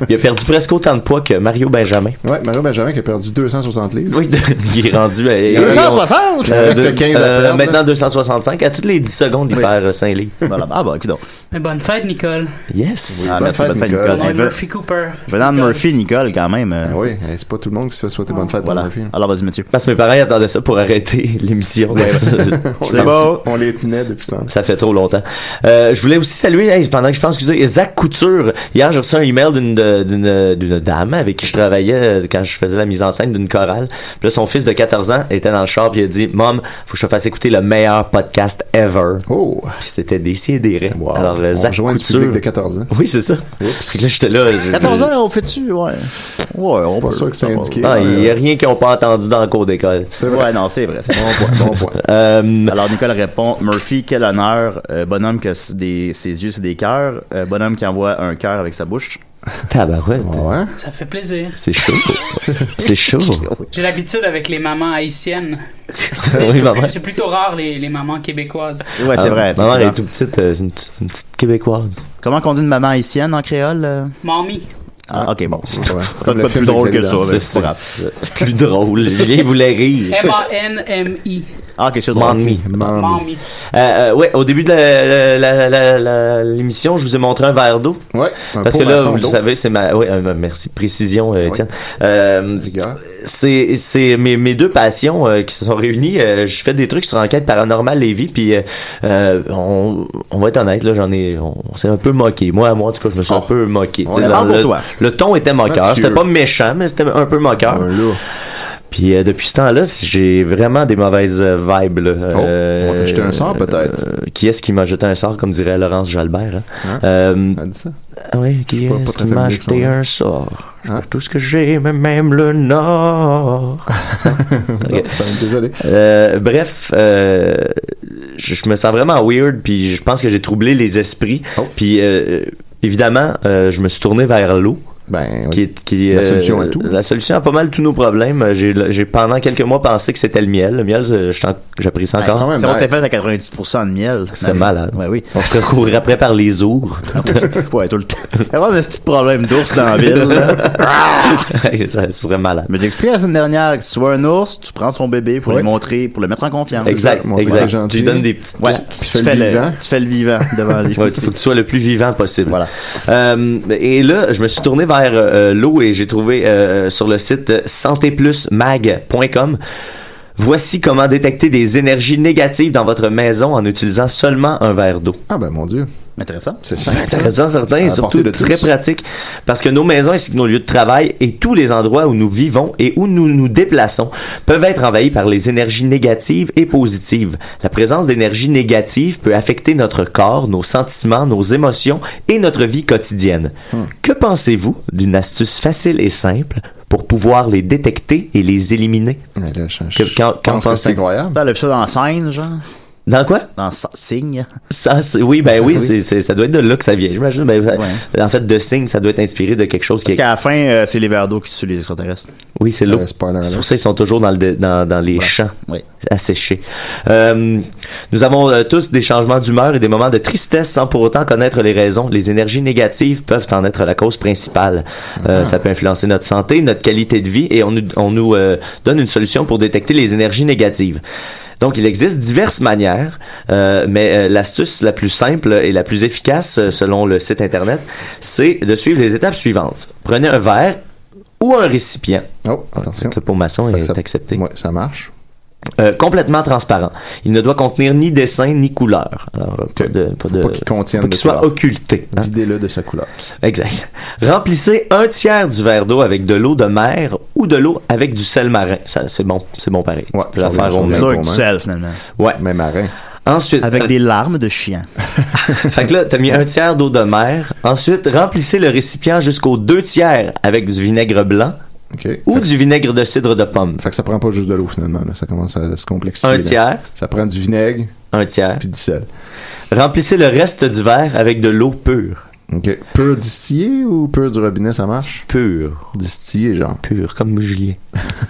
Speaker 4: Il a perdu presque autant de poids que Mario Benjamin.
Speaker 3: Ouais, Mario Benjamin qui a perdu 260 livres.
Speaker 4: Oui, il est rendu à...
Speaker 3: a eu
Speaker 2: 260!
Speaker 4: Euh,
Speaker 3: Presque
Speaker 4: deux-
Speaker 3: 15 à
Speaker 4: euh,
Speaker 3: perdre,
Speaker 4: maintenant 265. À toutes les 10 secondes, il perd euh, 5 livres.
Speaker 2: Voilà. Ah, bon, écoute donc.
Speaker 6: Mais bonne fête, Nicole.
Speaker 4: Yes.
Speaker 2: Ah,
Speaker 3: bonne
Speaker 2: merci,
Speaker 3: fête,
Speaker 2: bonne fête,
Speaker 3: Nicole.
Speaker 2: Nicole.
Speaker 6: Mon
Speaker 2: Eh,
Speaker 6: nom est
Speaker 2: ve-
Speaker 6: Murphy Cooper.
Speaker 2: Venant de
Speaker 6: Nicole.
Speaker 2: Murphy, Nicole, quand même. euh,
Speaker 3: Ah oui, eh, c'est pas tout le monde qui se fait souhaiter bonne fête. hein.
Speaker 2: Voilà.
Speaker 3: bonne fille.
Speaker 2: Alors, vas-y, Mathieu.
Speaker 4: Parce que mes parents attendaient ça pour arrêter l'émission.
Speaker 3: On
Speaker 4: C'est
Speaker 3: les-
Speaker 4: bon.
Speaker 3: On les tenait depuis ce temps.
Speaker 4: Ça fait trop longtemps. Euh, je voulais aussi saluer, hey, pendant que je pense que c'est Zach Couture. Hier, j'ai reçu un email d'une d'une d'une dame avec qui je travaillais euh, quand je faisais la mise en scène d'une chorale. Puis là, son fils de 14 ans était dans le char puis il a dit, Mom, faut que je te fasse écouter le meilleur podcast ever.
Speaker 3: Oh!
Speaker 4: Puis c'était des sidérés.
Speaker 3: Wow.
Speaker 4: Alors, euh,
Speaker 3: on
Speaker 4: Zach
Speaker 3: rejoint du
Speaker 4: Couture.
Speaker 3: public de 14 ans.
Speaker 4: Oui, c'est ça.
Speaker 3: Oups.
Speaker 4: Puis là, j'étais là. je-
Speaker 2: 14 ans, on fait-tu? Ouais. Ouais, on
Speaker 3: Pas
Speaker 2: peut.
Speaker 3: sûr que c'est
Speaker 2: ça va.
Speaker 3: indiqué.
Speaker 4: Ah, il n'y a rien qu'ils n'ont pas entendu dans le cours d'école.
Speaker 2: Ouais, non, c'est vrai. C'est
Speaker 4: Ah,
Speaker 2: bon point, bon point.
Speaker 4: Euh,
Speaker 2: Ben
Speaker 3: Ah.
Speaker 2: Alors Nicole répond Murphy, quel honneur, Euh, bonhomme que s- des, ses yeux c'est des cœurs, Euh, bonhomme qui envoie un cœur avec sa bouche.
Speaker 4: tabarouette.
Speaker 3: Ah Ouais.
Speaker 6: Ça fait plaisir.
Speaker 4: C'est chaud. c'est chaud.
Speaker 6: J'ai l'habitude avec les mamans haïtiennes. C'est-
Speaker 4: oui,
Speaker 6: c'est
Speaker 4: maman.
Speaker 6: plus- C'est plutôt rare, les, les mamans québécoises.
Speaker 2: Ouais, c'est
Speaker 4: Ah,
Speaker 2: vrai.
Speaker 4: Maman, elle est
Speaker 2: effectivement.
Speaker 4: toute petite, euh, c'est une, petite- une petite québécoise.
Speaker 2: Comment qu'on dit une maman haïtienne en créole euh?
Speaker 6: Mamie.
Speaker 2: Ah, ok, bon.
Speaker 3: Ouais.
Speaker 2: Pas,
Speaker 3: Comme le
Speaker 2: pas
Speaker 3: film
Speaker 2: plus drôle que
Speaker 3: d'Excellence.
Speaker 2: ça, mais
Speaker 4: C'est-
Speaker 2: hein. c'est pas grave.
Speaker 4: Plus drôle. Julien voulait rire.
Speaker 6: M-A-N-M-I.
Speaker 2: Ah, quelque chose de drôle.
Speaker 4: Mamie.
Speaker 3: Maman.
Speaker 6: Mamie.
Speaker 4: Euh, euh, ouais, au début de la- la- la- la- la- l'émission, je vous ai montré un verre d'eau.
Speaker 3: Ouais. un
Speaker 4: Parce
Speaker 3: pot
Speaker 4: que là,
Speaker 3: maçon
Speaker 4: vous le
Speaker 3: d'eau.
Speaker 4: savez, c'est ma. Oui, euh, merci. Précision, euh, Étienne. Euh,
Speaker 3: Rigueur.
Speaker 4: c'est c'est mes, mes deux passions euh, qui se sont réunies. Euh, je fais des trucs sur enquête paranormale Lévis, puis euh, euh, on, on va être honnête là, j'en ai, on, on s'est un peu moqué. Moi, moi, en tout cas, je me suis un
Speaker 3: Oh.
Speaker 4: peu moqué. Tu
Speaker 3: On
Speaker 4: sais,
Speaker 3: est
Speaker 4: le,
Speaker 3: mal pour
Speaker 4: le-
Speaker 3: toi.
Speaker 4: le ton était moqueur.
Speaker 3: Mathieu.
Speaker 4: ah. C'était pas méchant, mais c'était un peu moqueur.
Speaker 3: Un lourd.
Speaker 4: Puis euh, depuis ce temps-là, j'ai vraiment des mauvaises euh, vibes. Là. Euh,
Speaker 3: Oh, on t'a jeté un sort, peut-être.
Speaker 4: euh, qui est-ce qui m'a jeté un sort, comme dirait Laurence Jalbert? hein? Euh, ah oui, qui
Speaker 3: pas- pas
Speaker 4: est-ce
Speaker 3: très
Speaker 4: qui m'a
Speaker 3: familier avec
Speaker 4: jeté
Speaker 3: son nom. Hein?
Speaker 4: un sort? Je perds tout ce que j'ai, mais même le Nord.
Speaker 3: Ah,
Speaker 4: Ok. Euh, bref, euh, je, je me sens vraiment weird, puis je pense que j'ai troublé les esprits.
Speaker 3: Oh.
Speaker 4: Puis euh, évidemment, euh, je me suis tourné vers l'eau.
Speaker 3: Ben,
Speaker 4: qui est, qui est, euh,
Speaker 3: La solution à tout.
Speaker 4: La solution à pas mal tous nos problèmes. Euh, J'ai j'ai pendant quelques mois pensé que c'était le miel. Le miel, euh, je t'en- j'apprécie
Speaker 2: Ouais,
Speaker 4: encore.
Speaker 2: si on t'a fait à 90% de miel.
Speaker 4: C'était malade.
Speaker 2: Ouais, oui. Ah,
Speaker 4: On se fait courir après par les ours.
Speaker 2: ouais, tout le temps. Il y a vraiment un petit problème d'ours dans la ville. là.
Speaker 4: ça serait malade.
Speaker 2: Mais j'ai expliqué la semaine dernière que si tu vois un ours, tu prends son bébé pour lui montrer, pour le mettre en confiance.
Speaker 4: Exact,
Speaker 2: Montrer
Speaker 4: exact.
Speaker 2: les gentils.
Speaker 4: Tu lui donnes des petites-
Speaker 2: Ouais,
Speaker 4: tu-
Speaker 2: tu, fais, le vivant. Tu fais le vivant devant lui.
Speaker 4: Ouais, il faut que tu sois le plus vivant possible. Voilà. et là, je me suis tourné vers euh, euh, l'eau et j'ai trouvé euh, sur le site euh, santéplusmag.com Voici comment détecter des énergies négatives dans votre maison en utilisant seulement un verre d'eau.
Speaker 3: Ah ben mon Dieu.
Speaker 2: Intéressant.
Speaker 3: C'est
Speaker 4: C'est intéressant, certain,
Speaker 3: À
Speaker 4: et
Speaker 3: la
Speaker 4: surtout
Speaker 3: portée de tous.
Speaker 4: très pratique, parce que nos maisons ainsi que nos lieux de travail et tous les endroits où nous vivons et où nous nous déplaçons peuvent être envahis par les énergies négatives et positives. La présence d'énergies négatives peut affecter notre corps, nos sentiments, nos émotions et notre vie quotidienne.
Speaker 3: Hmm.
Speaker 4: Que pensez-vous d'une astuce facile et simple pour pouvoir les détecter et les éliminer? Que- quand- quand pensez-
Speaker 2: Dans Ben, le ça dans la scène, genre.
Speaker 4: Dans quoi?
Speaker 2: Dans sa- signe.
Speaker 4: Ça, c'est- oui, ben oui,
Speaker 2: Oui.
Speaker 4: c'est- c'est- ça doit être de là que ça vient, j'imagine. Ben, ça- En fait, de signe, ça doit être inspiré de quelque chose qui
Speaker 2: Parce
Speaker 4: est
Speaker 2: qu'à la fin, euh, c'est les verres d'eau qui tuent les extraterrestres.
Speaker 4: Oui, c'est l'eau. C'est pour ça qu'ils sont toujours dans, le, dé- dans, dans les champs asséchés. Euh, nous avons euh, tous des changements d'humeur et des moments de tristesse sans pour autant connaître les raisons. Les énergies négatives peuvent en être la cause principale. Euh, Ça peut influencer notre santé, notre qualité de vie et on nous, on nous euh, donne une solution pour détecter les énergies négatives. Donc, il existe diverses manières, euh, mais euh, l'astuce la plus simple et la plus efficace, euh, selon le site Internet, c'est de suivre les étapes suivantes. Prenez un verre ou un récipient.
Speaker 3: Oh, attention.
Speaker 4: Ah, Le pot maçon est accepté.
Speaker 3: Ouais, ça marche.
Speaker 4: Euh, complètement transparent. Il ne doit contenir ni dessin ni couleur. Alors, euh, pas de, pas de,
Speaker 3: pas qu'il contienne
Speaker 4: pas
Speaker 3: de
Speaker 4: qu'il soit
Speaker 3: couleur.
Speaker 4: occulté. hein.
Speaker 3: Videz-le de sa couleur.
Speaker 4: Exact. Remplissez un tiers du verre d'eau avec de l'eau de mer ou de l'eau avec du sel marin. Ça, c'est bon, c'est bon pareil. Ouais,
Speaker 2: ça revient- ça revient Avec au du même. sel, finalement.
Speaker 4: Ouais.
Speaker 3: Mais marin.
Speaker 4: Ensuite,
Speaker 2: Avec
Speaker 4: euh,
Speaker 2: des larmes de chien.
Speaker 4: fait que là, t'as mis un tiers d'eau de mer. Ensuite, remplissez le récipient jusqu'aux deux tiers avec du vinaigre blanc ou du vinaigre de cidre de pomme.
Speaker 3: Fait que ça prend pas juste de l'eau finalement, là. ça commence à se complexifier.
Speaker 4: Un
Speaker 3: là.
Speaker 4: tiers.
Speaker 3: Ça prend du vinaigre.
Speaker 4: Un tiers.
Speaker 3: Puis du sel.
Speaker 4: Remplissez le reste du verre avec de l'eau pure.
Speaker 3: OK. Pur distillé ou pur du robinet, ça marche?
Speaker 4: Pur.
Speaker 3: Distillé, genre.
Speaker 4: Pur, comme Julien.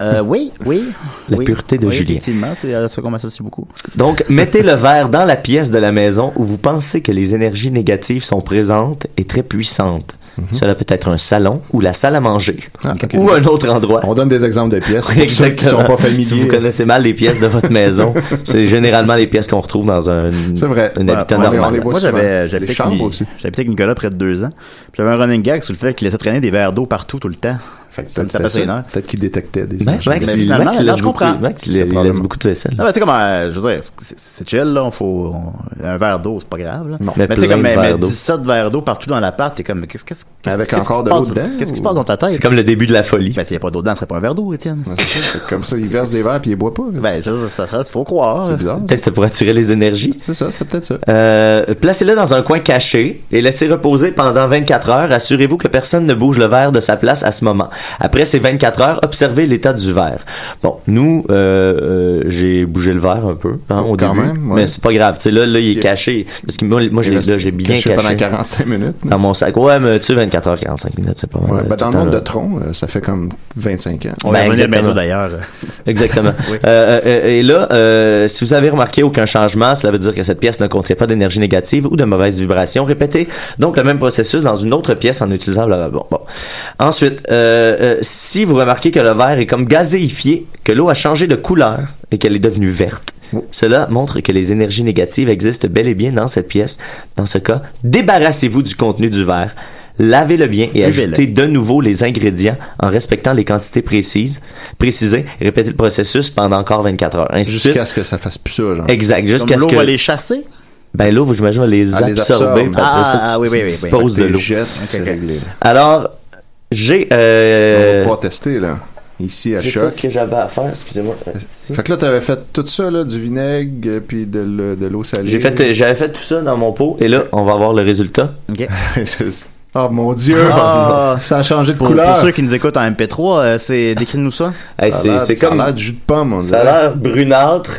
Speaker 2: Euh, oui, oui.
Speaker 4: La
Speaker 2: oui.
Speaker 4: pureté de
Speaker 2: Oui,
Speaker 4: Julien.
Speaker 2: Effectivement, c'est à ça qu'on m'associe beaucoup.
Speaker 4: Donc, mettez le verre dans la pièce de la maison où vous pensez que les énergies négatives sont présentes et très puissantes.
Speaker 2: Mhm.
Speaker 4: Cela peut être un salon ou la salle à manger.
Speaker 3: Ah,
Speaker 4: Ou un autre endroit.
Speaker 3: On donne des exemples de pièces. pour ceux qui
Speaker 4: Exactement.
Speaker 3: sont pas
Speaker 4: Si vous
Speaker 3: familiers.
Speaker 4: connaissez mal les pièces de votre maison, c'est généralement les pièces qu'on retrouve dans un,
Speaker 2: C'est vrai.
Speaker 4: un habitat
Speaker 2: Ouais, on les-
Speaker 4: normal.
Speaker 2: on les voit Moi, souvent. j'avais- j'habitais Les chambres avec- aussi. J'habitais avec Nicolas près de deux ans. Puis J'avais un running gag sur le fait qu'il laissait traîner des verres d'eau partout tout le temps. Fait que ça me
Speaker 3: C'était
Speaker 2: tapait sur
Speaker 3: ça.
Speaker 2: les
Speaker 4: hein.
Speaker 2: nerfs.
Speaker 3: Peut-être qu'il détectait des
Speaker 4: Ben,
Speaker 2: Max,
Speaker 3: énergies.
Speaker 2: Max, il- Finalement, Max, il laisse non, je beaucoup- comprends. Max, il- il laisse
Speaker 4: beaucoup de vaisselle.
Speaker 2: Ah, ben, tu sais, comme, euh, je veux dire, c'est- c'est chill, là, on faut, on- un verre d'eau, c'est pas grave, là.
Speaker 4: Non.
Speaker 2: Mais,
Speaker 4: Mais
Speaker 2: tu sais,
Speaker 4: plein
Speaker 2: comme,
Speaker 4: de
Speaker 2: mais,
Speaker 4: verres
Speaker 2: mais
Speaker 4: d'eau.
Speaker 2: 17 verres d'eau partout dans l'appart, t'es comme, mais qu'est-ce qu'est-ce qu'est-ce-
Speaker 3: Avec
Speaker 2: qu'est-ce qui
Speaker 3: encore
Speaker 2: se
Speaker 3: de
Speaker 2: passe-
Speaker 3: l'eau dedans,
Speaker 2: Qu'est-ce qui se
Speaker 3: ou-
Speaker 2: passe dans ta tête?
Speaker 3: C'est comme
Speaker 4: le début de la folie.
Speaker 2: Ben, s'il n'y a pas d'eau dedans, ce serait pas un verre d'eau, Étienne.
Speaker 3: Comme ça, il verse des verres puis il boit pas.
Speaker 2: Ben, ça, ça, ça, faut croire.
Speaker 3: C'est bizarre.
Speaker 4: Peut-être que c'était pour attirer les énergies.
Speaker 3: C'est ça, c'était peut-être ça.
Speaker 4: Euh, Placez-le dans un coin caché et laissez reposer pendant 24 heures. Assurez-vous que personne ne bouge le verre de sa place à ce moment. Après ces 24 heures, observez l'état du verre. Bon, nous, euh, euh, j'ai bougé le verre un peu hein, au
Speaker 3: Quand
Speaker 4: début,
Speaker 3: même, ouais.
Speaker 4: mais c'est pas grave. Tu sais, là, là, il est caché parce que moi, moi je
Speaker 3: Il
Speaker 4: l'ai-
Speaker 3: reste
Speaker 4: là, j'ai bien
Speaker 3: caché
Speaker 4: caché,
Speaker 3: pendant 45 minutes.
Speaker 4: dans mon sac. Ouais, mais tu sais, 24 heures 45 minutes, c'est pas mal.
Speaker 3: Ouais, ben, dans
Speaker 4: Tout
Speaker 3: le
Speaker 4: en
Speaker 3: monde
Speaker 4: là.
Speaker 3: de Tron, euh, ça fait comme 25 ans.
Speaker 4: On Ben, revenait exactement. bientôt,
Speaker 2: d'ailleurs.
Speaker 4: Exactement. Euh, euh, et là, euh, si vous avez remarqué aucun changement, cela veut dire que cette pièce ne contient pas d'énergie négative ou de mauvaises vibrations. Répétez donc le même processus dans une autre pièce en utilisant le bon. bon. Ensuite, euh, euh, si vous remarquez que le verre est comme gazéifié, que l'eau a changé de couleur et qu'elle est devenue verte, cela montre que les énergies négatives existent bel et bien dans cette pièce. Dans ce cas, débarrassez-vous du contenu du verre. Lavez-le bien et
Speaker 2: Buvez-le.
Speaker 4: ajoutez de nouveau les ingrédients en respectant les quantités précises, précisées, et répétez le processus pendant encore 24 heures. Ainsi de
Speaker 3: Jusqu'à
Speaker 4: suite.
Speaker 3: ce que ça fasse plus ça, genre.
Speaker 4: Exact, jusqu'à ce
Speaker 2: L'eau
Speaker 4: que
Speaker 2: va les chasser?
Speaker 4: ben l'eau, j'imagine, va les
Speaker 3: Ah, les absorbe.
Speaker 4: absorber. puis après
Speaker 2: Ah,
Speaker 4: ça, tu-
Speaker 2: ah, oui,
Speaker 4: tu
Speaker 2: oui, oui, oui.
Speaker 4: disposes
Speaker 3: Fait que
Speaker 4: de
Speaker 3: t'es
Speaker 4: l'eau.
Speaker 3: jettes, c'est réglé.
Speaker 4: Alors, j'ai euh,
Speaker 3: On va pouvoir tester, là. ici à
Speaker 4: J'ai
Speaker 3: Choc.
Speaker 4: fait ce que j'avais à faire, excusez-moi. Euh,
Speaker 3: Fait que là, t'avais fait tout ça, là, du vinaigre, euh, puis de, le- de l'eau salée.
Speaker 4: J'ai fait, euh, j'avais fait tout ça dans mon pot et là, on va voir le résultat.
Speaker 3: Oh mon dieu!
Speaker 4: euh, Ah.
Speaker 3: ça a changé de
Speaker 2: Pour,
Speaker 3: couleur.
Speaker 2: pour ceux qui nous écoutent en MP3, euh, c'est décris-nous ça.
Speaker 4: Hey, c'est- c'est comme-
Speaker 3: Ça a l'air de jus de pomme, on
Speaker 4: Ça a
Speaker 3: dirait.
Speaker 4: l'air brunâtre.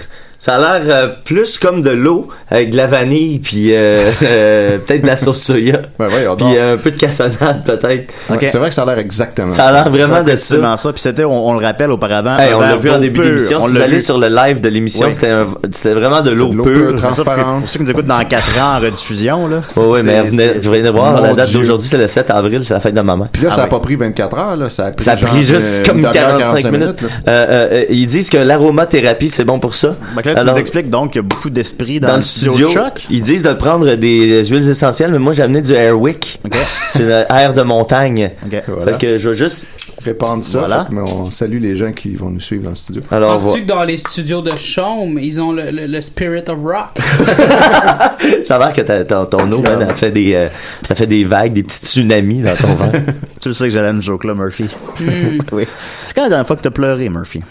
Speaker 4: Ça a l'air euh, plus comme de l'eau avec de la vanille puis euh, euh, peut-être de la sauce soya. puis euh, un peu de cassonade peut-être.
Speaker 2: Ok.
Speaker 4: C'est vrai
Speaker 3: que ça a l'air exactement.
Speaker 4: Ça a l'air vraiment de ça.
Speaker 2: Absolument ça. Puis c'était, on, on le rappelle auparavant.
Speaker 4: Hey,
Speaker 2: un
Speaker 4: on l'a
Speaker 2: verre
Speaker 4: vu en
Speaker 2: d'eau
Speaker 4: début
Speaker 2: Ah, ben, pure.
Speaker 4: d'émission.
Speaker 2: On
Speaker 4: Si vous
Speaker 2: l'a
Speaker 4: allez
Speaker 2: vu.
Speaker 4: sur le live de l'émission,
Speaker 2: Oui.
Speaker 4: c'était un- c'était vraiment de l'eau
Speaker 2: de
Speaker 4: pure.
Speaker 2: l'eau pure, transparente. Pour ceux qui nous écoutent dans 4 ans en rediffusion, là.
Speaker 4: Oui, oui, mais
Speaker 2: C'est-
Speaker 4: venez,
Speaker 2: c'est-
Speaker 4: venez voir, la
Speaker 2: Mon
Speaker 4: date
Speaker 2: Dieu.
Speaker 4: d'aujourd'hui, c'est le 7 avril, c'est la fête de maman.
Speaker 3: Puis là, ça
Speaker 4: Ah
Speaker 3: a
Speaker 4: ouais.
Speaker 3: pas pris 24 heures, là. Ça a pris,
Speaker 4: Ça a pris
Speaker 3: genre,
Speaker 4: juste
Speaker 3: euh,
Speaker 4: comme
Speaker 3: une
Speaker 4: 45,
Speaker 3: demi-heure,
Speaker 4: minutes.
Speaker 3: là.
Speaker 4: Euh, euh, euh, ils disent que l'aromathérapie, c'est bon pour ça.
Speaker 2: Donc là, tu
Speaker 4: Alors,
Speaker 2: nous expliques donc qu'il y a beaucoup d'esprit Ben, dans,
Speaker 4: dans le studio,
Speaker 2: de choc.
Speaker 4: ils disent de prendre des huiles essentielles, mais moi, j'ai amené du Airwick. C'est le air de montagne.
Speaker 3: Voilà.
Speaker 4: Fait que je vais juste...
Speaker 3: Répandre ça.
Speaker 4: Voilà.
Speaker 3: fait que, mais on salue les gens qui vont nous suivre dans le studio.
Speaker 4: Alors,
Speaker 6: Penses-tu que dans les studios de Chaume, ils ont le, le- le spirit of rock?
Speaker 4: Ça a l'air que ta- ton, ton eau, man, elle fait des, euh, ça fait des vagues, des petits tsunamis dans ton verre.
Speaker 2: Tu le sais que j'allais me joke là, Murphy.
Speaker 6: Hmm.
Speaker 2: oui. C'est quand la dernière fois que t'as pleuré, Murphy?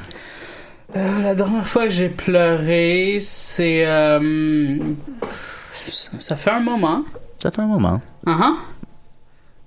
Speaker 6: Euh, la dernière fois que j'ai pleuré, c'est... euh, ça, ça fait un moment.
Speaker 2: Ça fait un moment.
Speaker 6: Ah ah.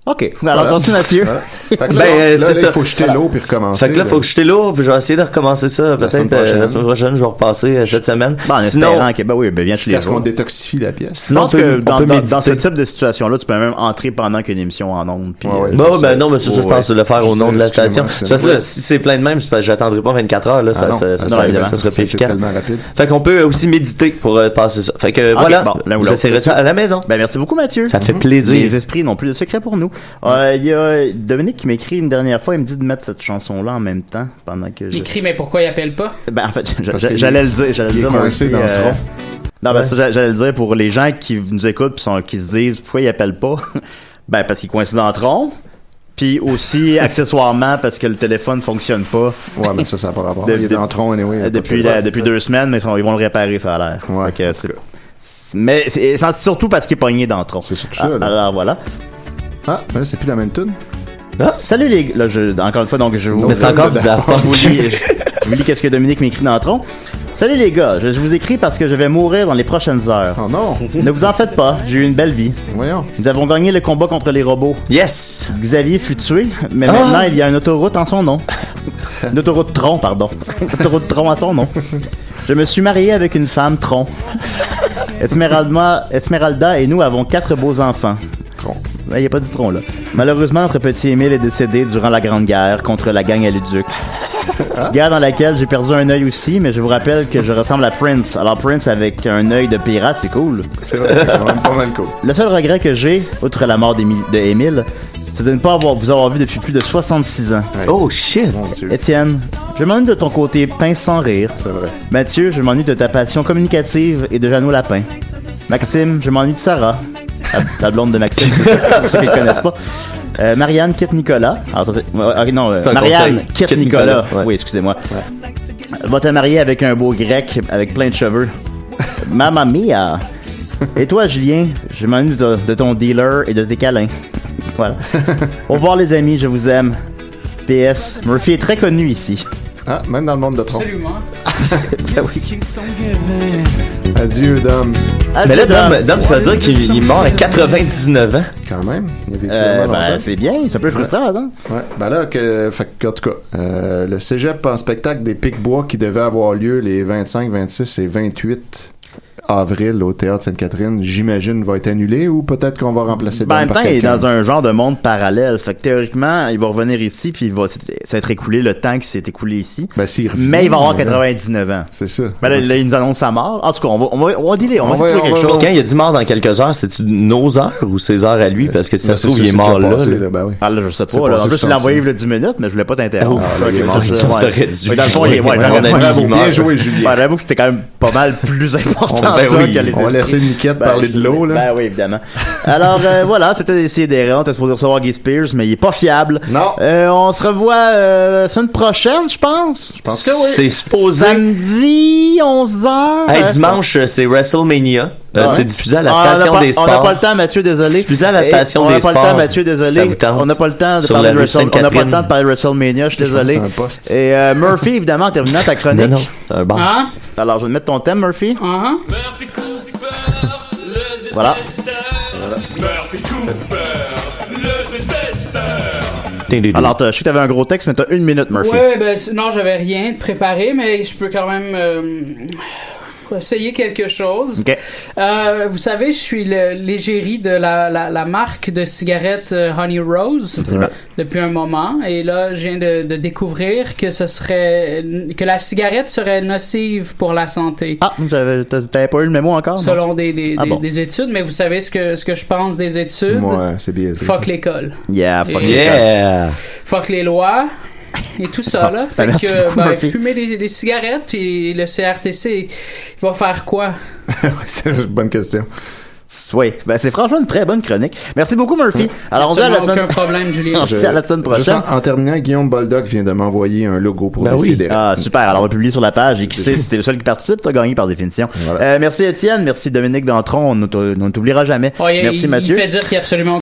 Speaker 2: OK. Alors, continue, Mathieu.
Speaker 3: Ah. que là,
Speaker 4: Ben,
Speaker 3: là, là, il faut jeter l'eau puis recommencer,
Speaker 4: euh, Fait que là,
Speaker 2: euh,
Speaker 3: là.
Speaker 4: faut que jeter l'eau, puis je vais essayer de recommencer ça
Speaker 3: semaine
Speaker 4: peut-être
Speaker 3: prochaine.
Speaker 4: euh, la semaine prochaine, je vais repasser euh, cette semaine.
Speaker 2: Bon, en
Speaker 4: Sinon,
Speaker 2: espérant que, ben oui, ben viens chez les
Speaker 3: Parce qu'on
Speaker 2: autres.
Speaker 3: détoxifie la pièce.
Speaker 2: Je pense
Speaker 4: on peut-
Speaker 2: que
Speaker 4: on
Speaker 2: dans,
Speaker 4: peut
Speaker 2: dans-
Speaker 4: méditer.
Speaker 2: dans ce type de situation-là, tu peux même entrer pendant qu'une émission en onde. Puis, euh,
Speaker 4: Bon, ben non, mais c'est ça, je
Speaker 2: Ouais.
Speaker 4: pense, de le faire au nom de la
Speaker 2: Excusez-moi,
Speaker 4: station.
Speaker 2: excusez-moi.
Speaker 4: C'est parce que là, si c'est plein de même, c'est parce que j'attendrai pas 24 heures, là,
Speaker 2: Ah
Speaker 4: ça,
Speaker 2: non,
Speaker 4: ça, ça,
Speaker 2: ah non,
Speaker 4: ça-
Speaker 2: évidemment.
Speaker 4: ça serait
Speaker 2: C'est
Speaker 4: plus efficace.
Speaker 2: tellement rapide.
Speaker 4: Fait qu'on peut aussi méditer pour euh, passer ça. Fait que
Speaker 2: Ok,
Speaker 4: voilà,
Speaker 2: bon, l'un ou
Speaker 4: vous
Speaker 2: l'autre.
Speaker 4: essayerez ça à la maison.
Speaker 2: Ben, merci beaucoup, Mathieu.
Speaker 4: Ça fait plaisir.
Speaker 2: Les esprits n'ont plus de secret pour nous. Euh, Il y a Dominique qui m'écrit une dernière fois, il me dit de mettre cette chanson-là en même temps pendant que je...
Speaker 6: J'écris, mais pourquoi ils appellent pas?
Speaker 2: Ben, en fait, je-
Speaker 6: Parce
Speaker 2: je-
Speaker 6: qu'il
Speaker 2: j'allais
Speaker 6: est-
Speaker 2: le dire. J'allais
Speaker 6: il
Speaker 2: le
Speaker 6: est
Speaker 2: dire,
Speaker 6: coincé
Speaker 2: Murphy,
Speaker 6: dans le
Speaker 2: euh,
Speaker 6: tronc.
Speaker 2: Non, ben,
Speaker 6: Ouais.
Speaker 2: ça, j'a- j'allais le dire pour les gens qui nous écoutent pis sont- qui se disent pourquoi ils appellent pas. ben, parce qu'ils coincent dans le tronc. Puis aussi, accessoirement, parce que le téléphone fonctionne pas.
Speaker 3: Ouais, mais ça, ça n'a pas rapport.
Speaker 2: De-
Speaker 3: il est
Speaker 2: de-
Speaker 3: dans le tronc, anyway. il y a pas
Speaker 2: Euh, depuis
Speaker 3: de-
Speaker 2: la- depuis deux semaines, mais ils sont- ils vont le réparer, ça a l'air. Fait que c'est- mais c'est c'est surtout parce qu'il est pogné dans le tronc. C'est surtout
Speaker 3: ça, là.
Speaker 2: Alors voilà.
Speaker 3: Ah, mais là, c'est plus la même tune.
Speaker 2: Salut les gars. Là, je- encore une fois, donc je vous.
Speaker 4: Mais Ah! c'est encore du Daft Punk.
Speaker 2: Je vous lis, je vous lis qu'est-ce que Dominique m'écrit dans le tronc. Salut les gars, je, je vous écris parce que je vais mourir dans les prochaines heures.
Speaker 3: Oh non!
Speaker 2: Ne vous en faites pas, j'ai eu une belle vie.
Speaker 3: Voyons.
Speaker 2: Nous avons gagné le combat contre les robots.
Speaker 4: Yes!
Speaker 2: Xavier fut tué, mais
Speaker 4: Ah!
Speaker 2: maintenant il y a une autoroute en son nom. Une autoroute Tron, pardon. Une autoroute Tron à son nom. Je me suis marié avec une femme Tron. Esmeralda, Esmeralda et nous avons quatre beaux enfants.
Speaker 3: Tron.
Speaker 2: Il n'y a pas dit Tron, là. Malheureusement, notre petit Émile est décédé durant la Grande Guerre contre la gang à Luduc. Guerre dans laquelle j'ai perdu un œil aussi, mais je vous rappelle que je ressemble à Prince. Alors, Prince avec un œil de pirate, c'est cool.
Speaker 3: C'est vrai, c'est quand même pas mal cool.
Speaker 2: Le seul regret que j'ai, outre la mort d'Émi- de Émile, c'est de ne pas avoir, vous avoir vu depuis plus de 66 ans.
Speaker 4: Oh shit!
Speaker 2: Étienne, je m'ennuie de ton côté pince sans rire. C'est vrai. Mathieu, je m'ennuie de ta passion communicative et de Jeannot Lapin. Maxime, je m'ennuie de Sarah, la, la blonde de Maxime, pour ceux qui ne connaissent pas. Euh, Marianne quitte Nicolas. Alors, ça, c'est- euh, non, euh,
Speaker 4: C'est un
Speaker 2: Marianne
Speaker 4: conseil.
Speaker 2: quitte
Speaker 4: Quitte
Speaker 2: Nicolas.
Speaker 4: Nicolas, ouais.
Speaker 2: Oui, excusez-moi. Va te marier avec un beau grec avec plein de cheveux. Mamma mia! Et toi, Julien, je m'ennuie de, ton- de ton dealer et de tes câlins. voilà. Au revoir, les amis, je vous aime. PS, Murphy est très connu ici.
Speaker 3: Ah, même dans le monde de Tron.
Speaker 6: Absolument.
Speaker 3: Adieu, Dom.
Speaker 2: Ah,
Speaker 4: Mais là, Dom,
Speaker 2: Euh,
Speaker 4: Dom, ça veut dire qu'il est mort à 99 ans.
Speaker 3: Quand même. Il a vécu
Speaker 4: Euh,
Speaker 3: vraiment
Speaker 4: ben,
Speaker 3: longtemps.
Speaker 2: c'est bien, c'est un peu frustrant, hein?
Speaker 3: Ouais. Ben là, que, fait que, en tout cas, euh, le cégep en spectacle des Pic-Bois qui devait avoir lieu les 25, 26 et 28 avril au Théâtre Sainte-Catherine, j'imagine, va être annulé ou peut-être qu'on va remplacer
Speaker 2: Ben, en
Speaker 3: Dom
Speaker 2: même
Speaker 3: par
Speaker 2: temps, il est
Speaker 3: quelqu'un.
Speaker 2: dans un genre de monde parallèle. Fait que théoriquement, il va revenir ici, puis il va s- s'être écoulé le temps qui s'est écoulé ici.
Speaker 3: Ben, s'il revient,
Speaker 2: mais il va avoir
Speaker 3: ouais.
Speaker 2: 99 ans.
Speaker 3: C'est ça.
Speaker 2: Ben là, là, il nous annonce sa mort. En tout cas, on va, on va, on va dealer, on, va essayer de trouver quelque
Speaker 4: Puis
Speaker 2: chose.
Speaker 4: quand il a dit mort dans quelques heures, c'est-tu nos heures ou ses heures à lui? Parce que si
Speaker 2: Ben,
Speaker 4: ça se
Speaker 2: c'est
Speaker 4: trouve,
Speaker 2: ça,
Speaker 4: il est
Speaker 2: c'est
Speaker 4: mort
Speaker 2: déjà
Speaker 4: là.
Speaker 2: passé,
Speaker 4: là.
Speaker 2: là, ben oui. Ah, là, je sais
Speaker 4: C'est
Speaker 2: pas, là.
Speaker 4: passé
Speaker 2: En plus,
Speaker 4: sur
Speaker 2: il l'a envoyé le 10 minutes, mais je voulais pas t'interrompre.
Speaker 4: Ah, là, il est
Speaker 2: Ouais,
Speaker 4: mort.
Speaker 2: je sais, ouais.
Speaker 4: T'aurais dû.
Speaker 2: Mais dans le fond, il est- ouais,
Speaker 4: Mon
Speaker 2: j'aurais-
Speaker 4: ami,
Speaker 2: j'aurais-
Speaker 4: il est mort.
Speaker 2: j'aurais-
Speaker 4: Bien joué, Julien.
Speaker 2: Ouais, J'avoue que c'était quand même pas mal plus important
Speaker 4: On- ben
Speaker 2: ça
Speaker 4: oui,
Speaker 2: que les
Speaker 4: on va
Speaker 2: esprits.
Speaker 4: laisser Niquette
Speaker 2: Ben,
Speaker 4: parler de
Speaker 2: je-
Speaker 4: l'eau, là.
Speaker 2: Ben oui, évidemment. Alors, euh, voilà, c'était d'essayer des rentes. On supposé recevoir Guy Spears, mais il est pas fiable. Non. on se revoit euh, semaine prochaine, je pense. Je
Speaker 4: pense que oui. C'est supposé.
Speaker 2: Samedi, 11h.
Speaker 4: Hey, dimanche, euh, c'est WrestleMania. Euh,
Speaker 2: Ah ouais?
Speaker 4: C'est diffusé à la
Speaker 2: Ah, on a
Speaker 4: station
Speaker 2: pas-
Speaker 4: des sports.
Speaker 2: On n'a pas le temps, Mathieu, désolé.
Speaker 4: C'est diffusé à la
Speaker 2: Et
Speaker 4: station des
Speaker 2: On n'a pas le
Speaker 4: sports.
Speaker 2: temps, Mathieu,
Speaker 4: Ça vous
Speaker 2: désolé.
Speaker 4: tente?
Speaker 2: On n'a pas le temps de
Speaker 4: Sur
Speaker 2: parler
Speaker 4: la
Speaker 2: de
Speaker 4: rue
Speaker 2: Wrestle- On n'a pas le
Speaker 4: Sainte-Catherine.
Speaker 2: temps de parler de WrestleMania, je suis
Speaker 4: Je pense que
Speaker 2: désolé.
Speaker 4: c'est un poste.
Speaker 2: Et euh, Murphy, évidemment, en terminant ta chronique.
Speaker 4: Non, non, c'est un bar.
Speaker 2: Hein?
Speaker 4: Ah.
Speaker 2: Alors, je vais te mettre ton thème, Murphy.
Speaker 3: Ah,
Speaker 2: Voilà. Alors, t'as- je sais que t'avais un gros texte, mais t'as une minute, Murphy.
Speaker 3: Ouais, ben c- non, j'avais rien de préparé, mais je peux quand même euh, essayer quelque chose.
Speaker 2: Ok.
Speaker 3: Euh, vous savez, je suis le- l'égérie de la, la, la marque de cigarettes euh, Honey Rose
Speaker 2: Absolument.
Speaker 3: depuis un moment, et là, je viens de, de découvrir que ce serait que la cigarette serait nocive pour la santé.
Speaker 2: Ah, j'avais- t'as- t'avais pas eu le mémo encore? non?
Speaker 3: Selon des, des,
Speaker 2: Ah
Speaker 3: des-
Speaker 2: bon.
Speaker 3: des études, mais vous savez ce que, ce que je pense des études?
Speaker 7: Ouais, c'est biaisé.
Speaker 3: Fuck l'école.
Speaker 2: Yeah, fuck
Speaker 4: Yeah.
Speaker 3: Fuck les lois et tout
Speaker 7: Ah,
Speaker 3: ça, là.
Speaker 2: ben,
Speaker 3: Fait
Speaker 2: merci
Speaker 3: que,
Speaker 2: beaucoup,
Speaker 3: ben,
Speaker 2: Murphy.
Speaker 3: fumer des, des cigarettes, puis le CRTC, il va faire quoi?
Speaker 7: Ouais, c'est une bonne question.
Speaker 2: Oui, ben, c'est franchement une très bonne chronique. Merci beaucoup, Murphy. Alors, on se dit à la
Speaker 3: Absolument
Speaker 2: semaine
Speaker 3: aucun problème, Julien.
Speaker 2: On se dit à la semaine
Speaker 7: Juste
Speaker 2: prochaine.
Speaker 7: en, en terminant, Guillaume Boldock vient de m'envoyer un logo pour
Speaker 2: Ben oui.
Speaker 7: décider.
Speaker 2: Ah, super. Alors, on va publier sur la page. Et qui sait, si t'es le seul qui participe, t'as gagné par définition. Euh, merci Étienne, merci Dominique Dantron, on ne t'ou- on ne t'oubliera jamais.
Speaker 3: Oh, il-
Speaker 2: merci
Speaker 3: il-
Speaker 2: Mathieu.
Speaker 3: Il fait dire qu'il y a absolument